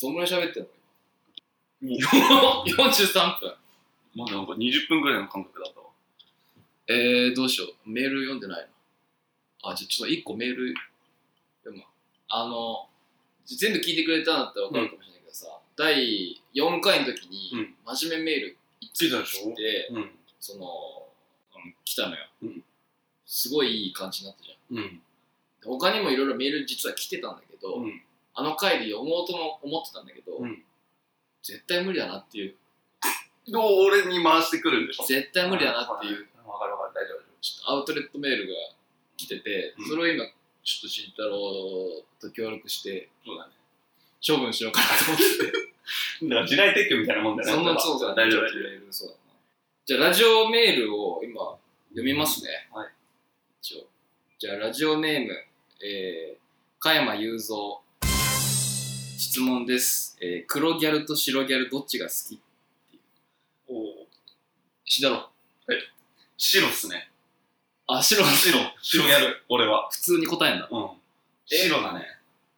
[SPEAKER 1] どんぐらい喋 ってんの
[SPEAKER 2] も
[SPEAKER 1] ?43 分。
[SPEAKER 2] まだなんか20分ぐらいの感覚だったわ。
[SPEAKER 1] えー、どうしよう。メール読んでないの。あ、じゃあちょっと1個メール読むわあの、全部聞いてくれたんだったら分かるかもしれないけどさ、第4回の時に、
[SPEAKER 2] うん
[SPEAKER 1] 真面目メールい
[SPEAKER 2] ついたでしょ
[SPEAKER 1] 来て、
[SPEAKER 2] うん。
[SPEAKER 1] その、うん、来たのよ、
[SPEAKER 2] うん
[SPEAKER 1] すごいいい感じになったじゃん
[SPEAKER 2] うん。
[SPEAKER 1] で他にもいろいろメール実は来てたんだけど、
[SPEAKER 2] うん。
[SPEAKER 1] あの回で読もうとも思ってたんだけど、
[SPEAKER 2] うん
[SPEAKER 1] 絶対無理だなっていう
[SPEAKER 2] どう俺に回してくるんでしょ
[SPEAKER 1] 絶対無理だなっていう。
[SPEAKER 2] わかるわかる、大丈夫。
[SPEAKER 1] ちょっとアウトレットメールが来てて、
[SPEAKER 2] うん
[SPEAKER 1] それを今ちょっと慎太郎と協力して
[SPEAKER 2] そうだね。
[SPEAKER 1] 処分しようかなと思って
[SPEAKER 2] だから地雷撤去みたいなもんだよね。
[SPEAKER 1] そんな
[SPEAKER 2] そ
[SPEAKER 1] そうう
[SPEAKER 2] だ
[SPEAKER 1] だ
[SPEAKER 2] ね 大丈夫、大
[SPEAKER 1] ち
[SPEAKER 2] 丈
[SPEAKER 1] ょっとメールそうだなじゃあラジオメールを今
[SPEAKER 2] 夫。
[SPEAKER 1] 読みますね。
[SPEAKER 2] はい。
[SPEAKER 1] 一応。じゃあ、ラジオネーム、えー、加山雄三。質問です。えー、黒ギャルと白ギャルどっちが好き
[SPEAKER 2] おお。
[SPEAKER 1] 石だろ。
[SPEAKER 2] 白っすね。
[SPEAKER 1] あ、白、
[SPEAKER 2] 白。白ギ ャル、俺は。
[SPEAKER 1] 普通に答えんだ。
[SPEAKER 2] うん。
[SPEAKER 1] え
[SPEAKER 2] 白だね。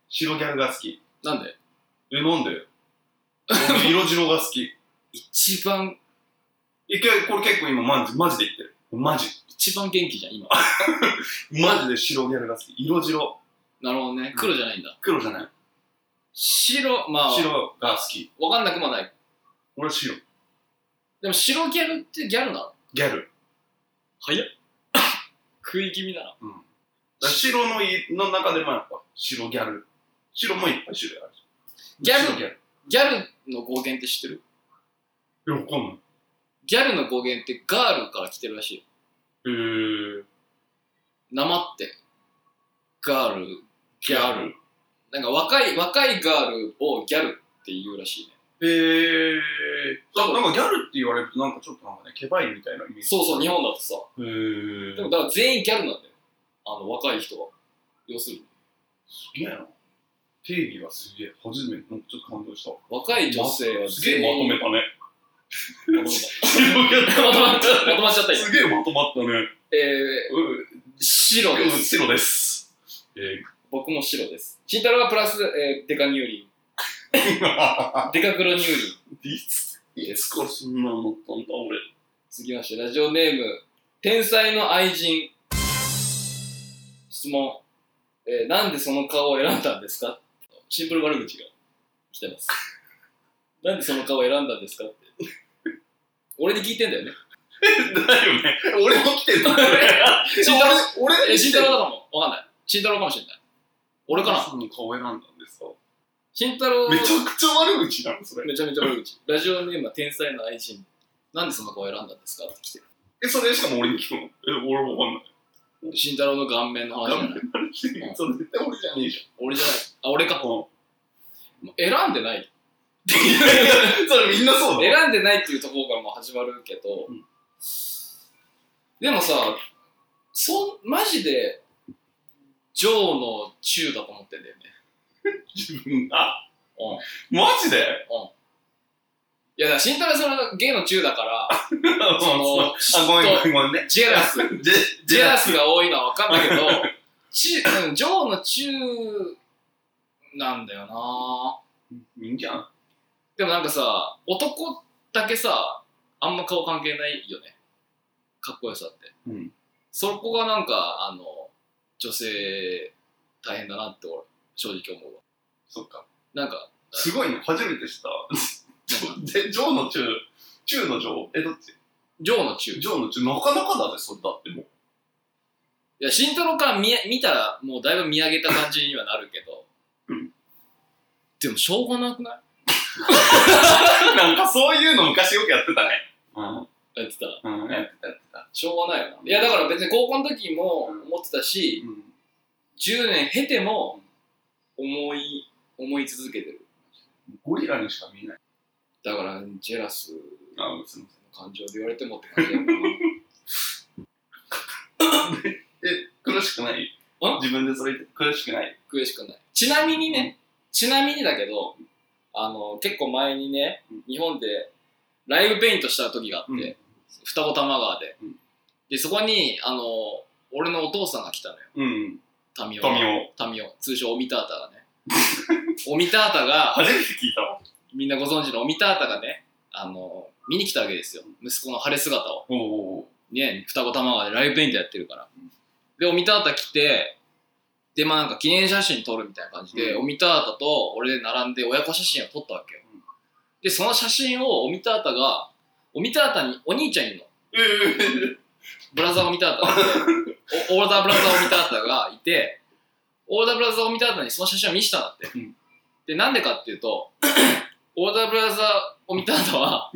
[SPEAKER 2] 白ギャルが好き。
[SPEAKER 1] なんで
[SPEAKER 2] え、な んで俺色白が好き。
[SPEAKER 1] 一番、
[SPEAKER 2] 一回、これ結構今マジ、マジで言ってる。マジ。
[SPEAKER 1] 一番元気じゃん、今。
[SPEAKER 2] マジで白ギャルが好き。色白。
[SPEAKER 1] なるほどね。黒じゃないんだ。
[SPEAKER 2] 黒じゃない。
[SPEAKER 1] 白、まあ、
[SPEAKER 2] 白が好き。
[SPEAKER 1] わかんなくもない。
[SPEAKER 2] 俺は白。
[SPEAKER 1] でも、白ギャルってギャルなの
[SPEAKER 2] ギャル。
[SPEAKER 1] 早っ。食い気味なの。
[SPEAKER 2] うん。だから白のいの中でもやっぱ白ギャル。白もいっぱい種類あるし。
[SPEAKER 1] ギャル
[SPEAKER 2] 白ギャル。
[SPEAKER 1] ギャルの語源って知ってる
[SPEAKER 2] え、わかんない。
[SPEAKER 1] ギャルの語源ってガールから来てるらしいよ。
[SPEAKER 2] えー。
[SPEAKER 1] なまってガールギャルなんか若い若いガールをギャルって言うらしいね
[SPEAKER 2] えー、あなんかギャルって言われるとなんかちょっとなんかね、ケバいみたいなイメージ。
[SPEAKER 1] そうそう日
[SPEAKER 2] へ
[SPEAKER 1] 本だとさ
[SPEAKER 2] ー。
[SPEAKER 1] でもだから全員ギャルなんだよあの若い人は要するに
[SPEAKER 2] すげえな。定義はすげえ。初めて、なんかちょっと感動したわ。
[SPEAKER 1] 若い女性は
[SPEAKER 2] すげえまとめ
[SPEAKER 1] た
[SPEAKER 2] たね。
[SPEAKER 1] まとまったまとまっちゃった今
[SPEAKER 2] すげえまとまったね。
[SPEAKER 1] え
[SPEAKER 2] う
[SPEAKER 1] ー、白で
[SPEAKER 2] ん、
[SPEAKER 1] す
[SPEAKER 2] 白です。え
[SPEAKER 1] 僕も白です慎太郎はプラス、えー、デカニューリ
[SPEAKER 2] ー、
[SPEAKER 1] ンデカクロニューリン
[SPEAKER 2] いつ、いつからそんなのなったんだ、俺。
[SPEAKER 1] 続きましてラジオネーム天才の愛人質問、えーなんでその顔を選んだんですかシンプル悪口が来てますなんでその顔を選んだんですかって俺に聞いてん だよね
[SPEAKER 2] だよね。俺も来てる。 俺、
[SPEAKER 1] 慎太郎
[SPEAKER 2] 俺
[SPEAKER 1] え慎太郎だかもわかんない慎太郎かもしれない俺かな
[SPEAKER 2] さんの顔選んだんですか
[SPEAKER 1] 金太郎、
[SPEAKER 2] めちゃくちゃ悪口なの、それ。
[SPEAKER 1] めちゃめちゃ悪口。ラジオネームは天才の愛人。なんでその子を選んだんですかって来てる。
[SPEAKER 2] え、それしかも俺に聞くのえ、俺わかんない。
[SPEAKER 1] 慎太郎の顔面の話じゃない。
[SPEAKER 2] 何してんのそれ絶対俺じゃねえじ
[SPEAKER 1] 俺じゃない。あ、俺
[SPEAKER 2] ゃ
[SPEAKER 1] か
[SPEAKER 2] ん。。うん
[SPEAKER 1] もう選んで ない。
[SPEAKER 2] それみんなそうだ。
[SPEAKER 1] 選んでないっていうところからもう始まるけど、
[SPEAKER 2] うん
[SPEAKER 1] でもさそんマジでジョーの中だと思ってんだよね
[SPEAKER 2] 自分が。
[SPEAKER 1] うん
[SPEAKER 2] マジで
[SPEAKER 1] いやだから慎太郎さんがゲイの中だから
[SPEAKER 2] あ、
[SPEAKER 1] その
[SPEAKER 2] あ、ごめんごめんごめんね。
[SPEAKER 1] ジェラス
[SPEAKER 2] ジェ
[SPEAKER 1] ジェラスが多いのは分かんないけどちうんジョーの中なんだよない
[SPEAKER 2] いんじゃん。
[SPEAKER 1] でもなんかさ男だけさあんま顔関係ないよねかっこよさって
[SPEAKER 2] うん。
[SPEAKER 1] そこがなんかあの女性大変だなって俺正直思うわ
[SPEAKER 2] そっか。
[SPEAKER 1] なんか
[SPEAKER 2] すごいね。初めて知った。 で、ジョーの中、中のジョーえ、どっち
[SPEAKER 1] ジョーの中い
[SPEAKER 2] ジョーの中、なかなかだね、それだってもう。
[SPEAKER 1] や慎太郎から見え見たらもうだいぶ見上げた感じにはなるけど、
[SPEAKER 2] うん
[SPEAKER 1] でもしょうがなくない
[SPEAKER 2] なんかそう いうの昔よくやってたね。うん。
[SPEAKER 1] やってたら
[SPEAKER 2] うん、やってた、やってた。
[SPEAKER 1] しょうがないよないやだから別に高校の時も思ってたし
[SPEAKER 2] うん。
[SPEAKER 1] 10年経ても思い思い続けてる
[SPEAKER 2] ゴリラにしか見えない。
[SPEAKER 1] だからジェラスの
[SPEAKER 2] あ、すいません。
[SPEAKER 1] 感情で言われてもって感じだよな
[SPEAKER 2] え、苦しくない
[SPEAKER 1] ん
[SPEAKER 2] 自分でそれ言って苦しくない
[SPEAKER 1] 悔し くないちなみにね、ちなみにだけど、あの、結構前にね
[SPEAKER 2] うん、
[SPEAKER 1] 日本でライブペイントした時があって、
[SPEAKER 2] うん
[SPEAKER 1] 二子玉川で、
[SPEAKER 2] うん
[SPEAKER 1] で、そこに、あの、俺のお父さんが来たのよ。
[SPEAKER 2] うん。
[SPEAKER 1] タミオ。
[SPEAKER 2] トミオ。
[SPEAKER 1] タミオ。通称、オミタータがね。 オミタータが、
[SPEAKER 2] 初めて聞いたわ。
[SPEAKER 1] みんなご存知のオミタータがね、あの、見に来たわけですよ。息子の晴れ姿を。
[SPEAKER 2] おお
[SPEAKER 1] ね、双子玉川でライブペイントやってるから。で、オミタータ来て、で、まあなんか記念写真撮るみたいな感じで、
[SPEAKER 2] う
[SPEAKER 1] オミタータと俺で並んで親子写真を撮ったわけよ
[SPEAKER 2] うん。
[SPEAKER 1] で、その写真をオミタータが、オミタータにお兄ちゃんいるの。
[SPEAKER 2] ええ
[SPEAKER 1] ブラザーオミタータ がいておオーダーブラザーオミタータがいて、オーダーブラザーオミタータにその写真を見せたんだって。
[SPEAKER 2] うん
[SPEAKER 1] で、なんでかっていうと、オーダーブラザーオミタータは、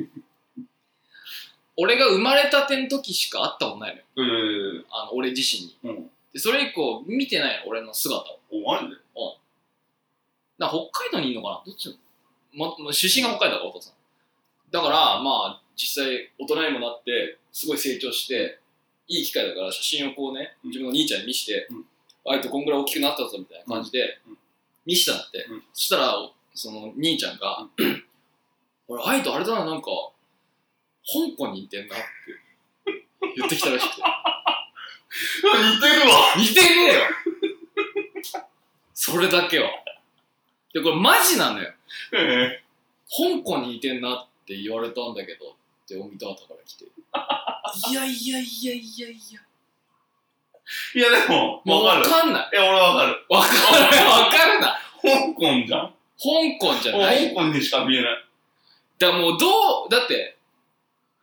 [SPEAKER 1] 俺が生まれたての時しか会ったことないのよ
[SPEAKER 2] ええ
[SPEAKER 1] あの俺自身に
[SPEAKER 2] うん。
[SPEAKER 1] でそれ以降見てないの俺の姿を
[SPEAKER 2] お、マジで
[SPEAKER 1] だから北海道にいるのかなどっちなの、まま、出身が北海道だからお父さんだからまあ実際大人にもなってすごい成長していい機会だから写真をこうね
[SPEAKER 2] うん
[SPEAKER 1] 自分の兄ちゃんに見して、
[SPEAKER 2] うん
[SPEAKER 1] あいつこんぐらい大きくなったぞみたいな感じで
[SPEAKER 2] うん
[SPEAKER 1] 見せたんだって、
[SPEAKER 2] うん
[SPEAKER 1] そしたらその兄ちゃんが「俺あいとあれだななんか香港にいてんな」って言ってきたらしくて
[SPEAKER 2] あ似てるわ
[SPEAKER 1] 似てねえよそれだけは。で、これマジなのよ。
[SPEAKER 2] え
[SPEAKER 1] 香港に似てんなって言われたんだけど、ってお見た後から来 て。いやいやいやいやいや。
[SPEAKER 2] えいや、でも、
[SPEAKER 1] もうわ
[SPEAKER 2] わかる。
[SPEAKER 1] かんない。
[SPEAKER 2] いや、俺わかる。
[SPEAKER 1] わかんない。わかるな。
[SPEAKER 2] 香港じゃん
[SPEAKER 1] 香港じゃない。
[SPEAKER 2] 香港にしか見えない。
[SPEAKER 1] だからもうどう、だって、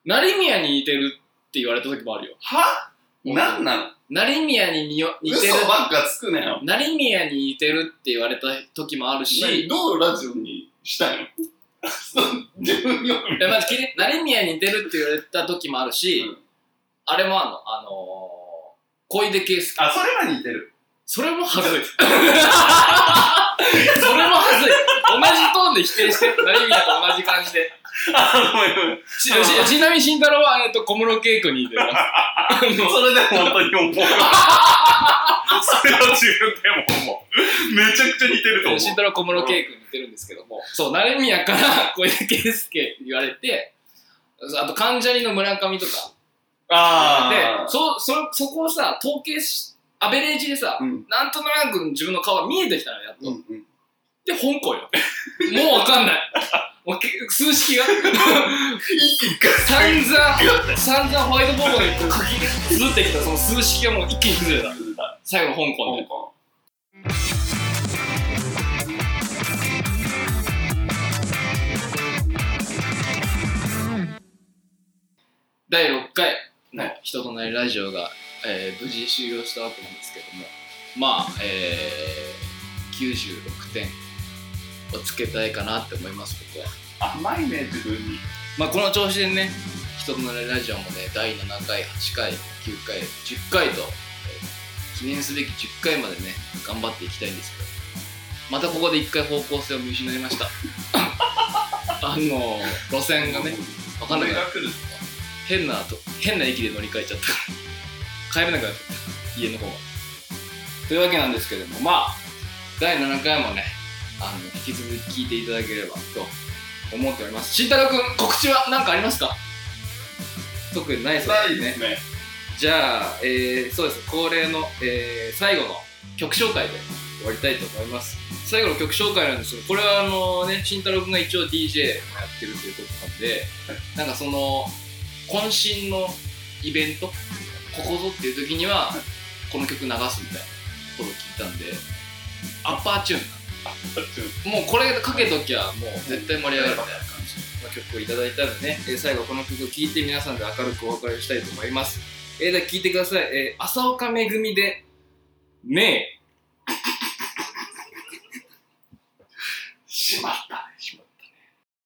[SPEAKER 1] 成宮に似てるって言われた時もあるよ。
[SPEAKER 2] はなんなの
[SPEAKER 1] 成宮にによ似てる。
[SPEAKER 2] 嘘ばっかつくなよ。
[SPEAKER 1] 成宮に似てるって言われた時もあるし、
[SPEAKER 2] 何どうラジオにしたいの 自分よく見
[SPEAKER 1] いやまず聞いて成宮に似てるって言われた時もあるし、
[SPEAKER 2] うん
[SPEAKER 1] あれもあんのあのー、小出圭介
[SPEAKER 2] あ、それは似てる。
[SPEAKER 1] それもはずいそれもはずい同じトーンで否定して成宮と同じ感じで
[SPEAKER 2] あ、ごめんごめん。
[SPEAKER 1] ちちちなみに慎太郎は、えっと、小室圭君に似てるあの
[SPEAKER 2] それで本当に 思う。それは自分でも思う。めちゃくちゃ似てると思う。
[SPEAKER 1] 慎太郎小室圭君に似てるんですけどもそう成宮から小出圭介って言われてあと関ジャニの村上とかで
[SPEAKER 2] で、
[SPEAKER 1] そそそこをさ統計しアベレージでさ、
[SPEAKER 2] うん
[SPEAKER 1] なんとなく自分の顔が見えてきたのよやっと、
[SPEAKER 2] うんうん。
[SPEAKER 1] で香港よもうわかんないもうけ数式が
[SPEAKER 2] 一気にガッ
[SPEAKER 1] 散々散々ホワイトボードにこう書き綴ってきたその数式がもう一気に崩れた最後の香港で
[SPEAKER 2] 香港。
[SPEAKER 1] 第6回の「人となりラジオが」えー無事終了したわけなんですけどもまあえー96点をつけたいかなって思います僕は
[SPEAKER 2] 甘いね自分に
[SPEAKER 1] まあこの調子でね「人となれラジオ」もね第7回8回9回10回とえー記念すべき10回までね頑張っていきたいんですけどまたここで一回方向性を見失いましたあの路線がね分かんなくなった
[SPEAKER 2] 俺が来る
[SPEAKER 1] 変なと変な駅で乗り換えちゃったから帰れなくなっちゃった家の方がというわけなんですけれどもまあ第7回もねあの引き続き聞いていただければと思っております慎太郎君告知は何かありますか特にないそう
[SPEAKER 2] な
[SPEAKER 1] で
[SPEAKER 2] い
[SPEAKER 1] す
[SPEAKER 2] で
[SPEAKER 1] ね
[SPEAKER 2] すね
[SPEAKER 1] じゃあ、えーそうです恒例の、えー最後の曲紹介で終わりたいと思います最後の曲紹介なんですけどこれはあのね慎太郎君が一応 DJ もやってるということなんでなんかその渾身のイベントここぞっていう時にはこの曲流すみたいなことを聞いたんでアッパーチューンもうこれかけときゃもう絶対盛り上がるみたいな感じの曲をいただいたのでね、えー最後この曲を聴いて皆さんで明るくお別れしたいと思います。えー、では聴いてください。えー、朝岡めぐみで、ねえ。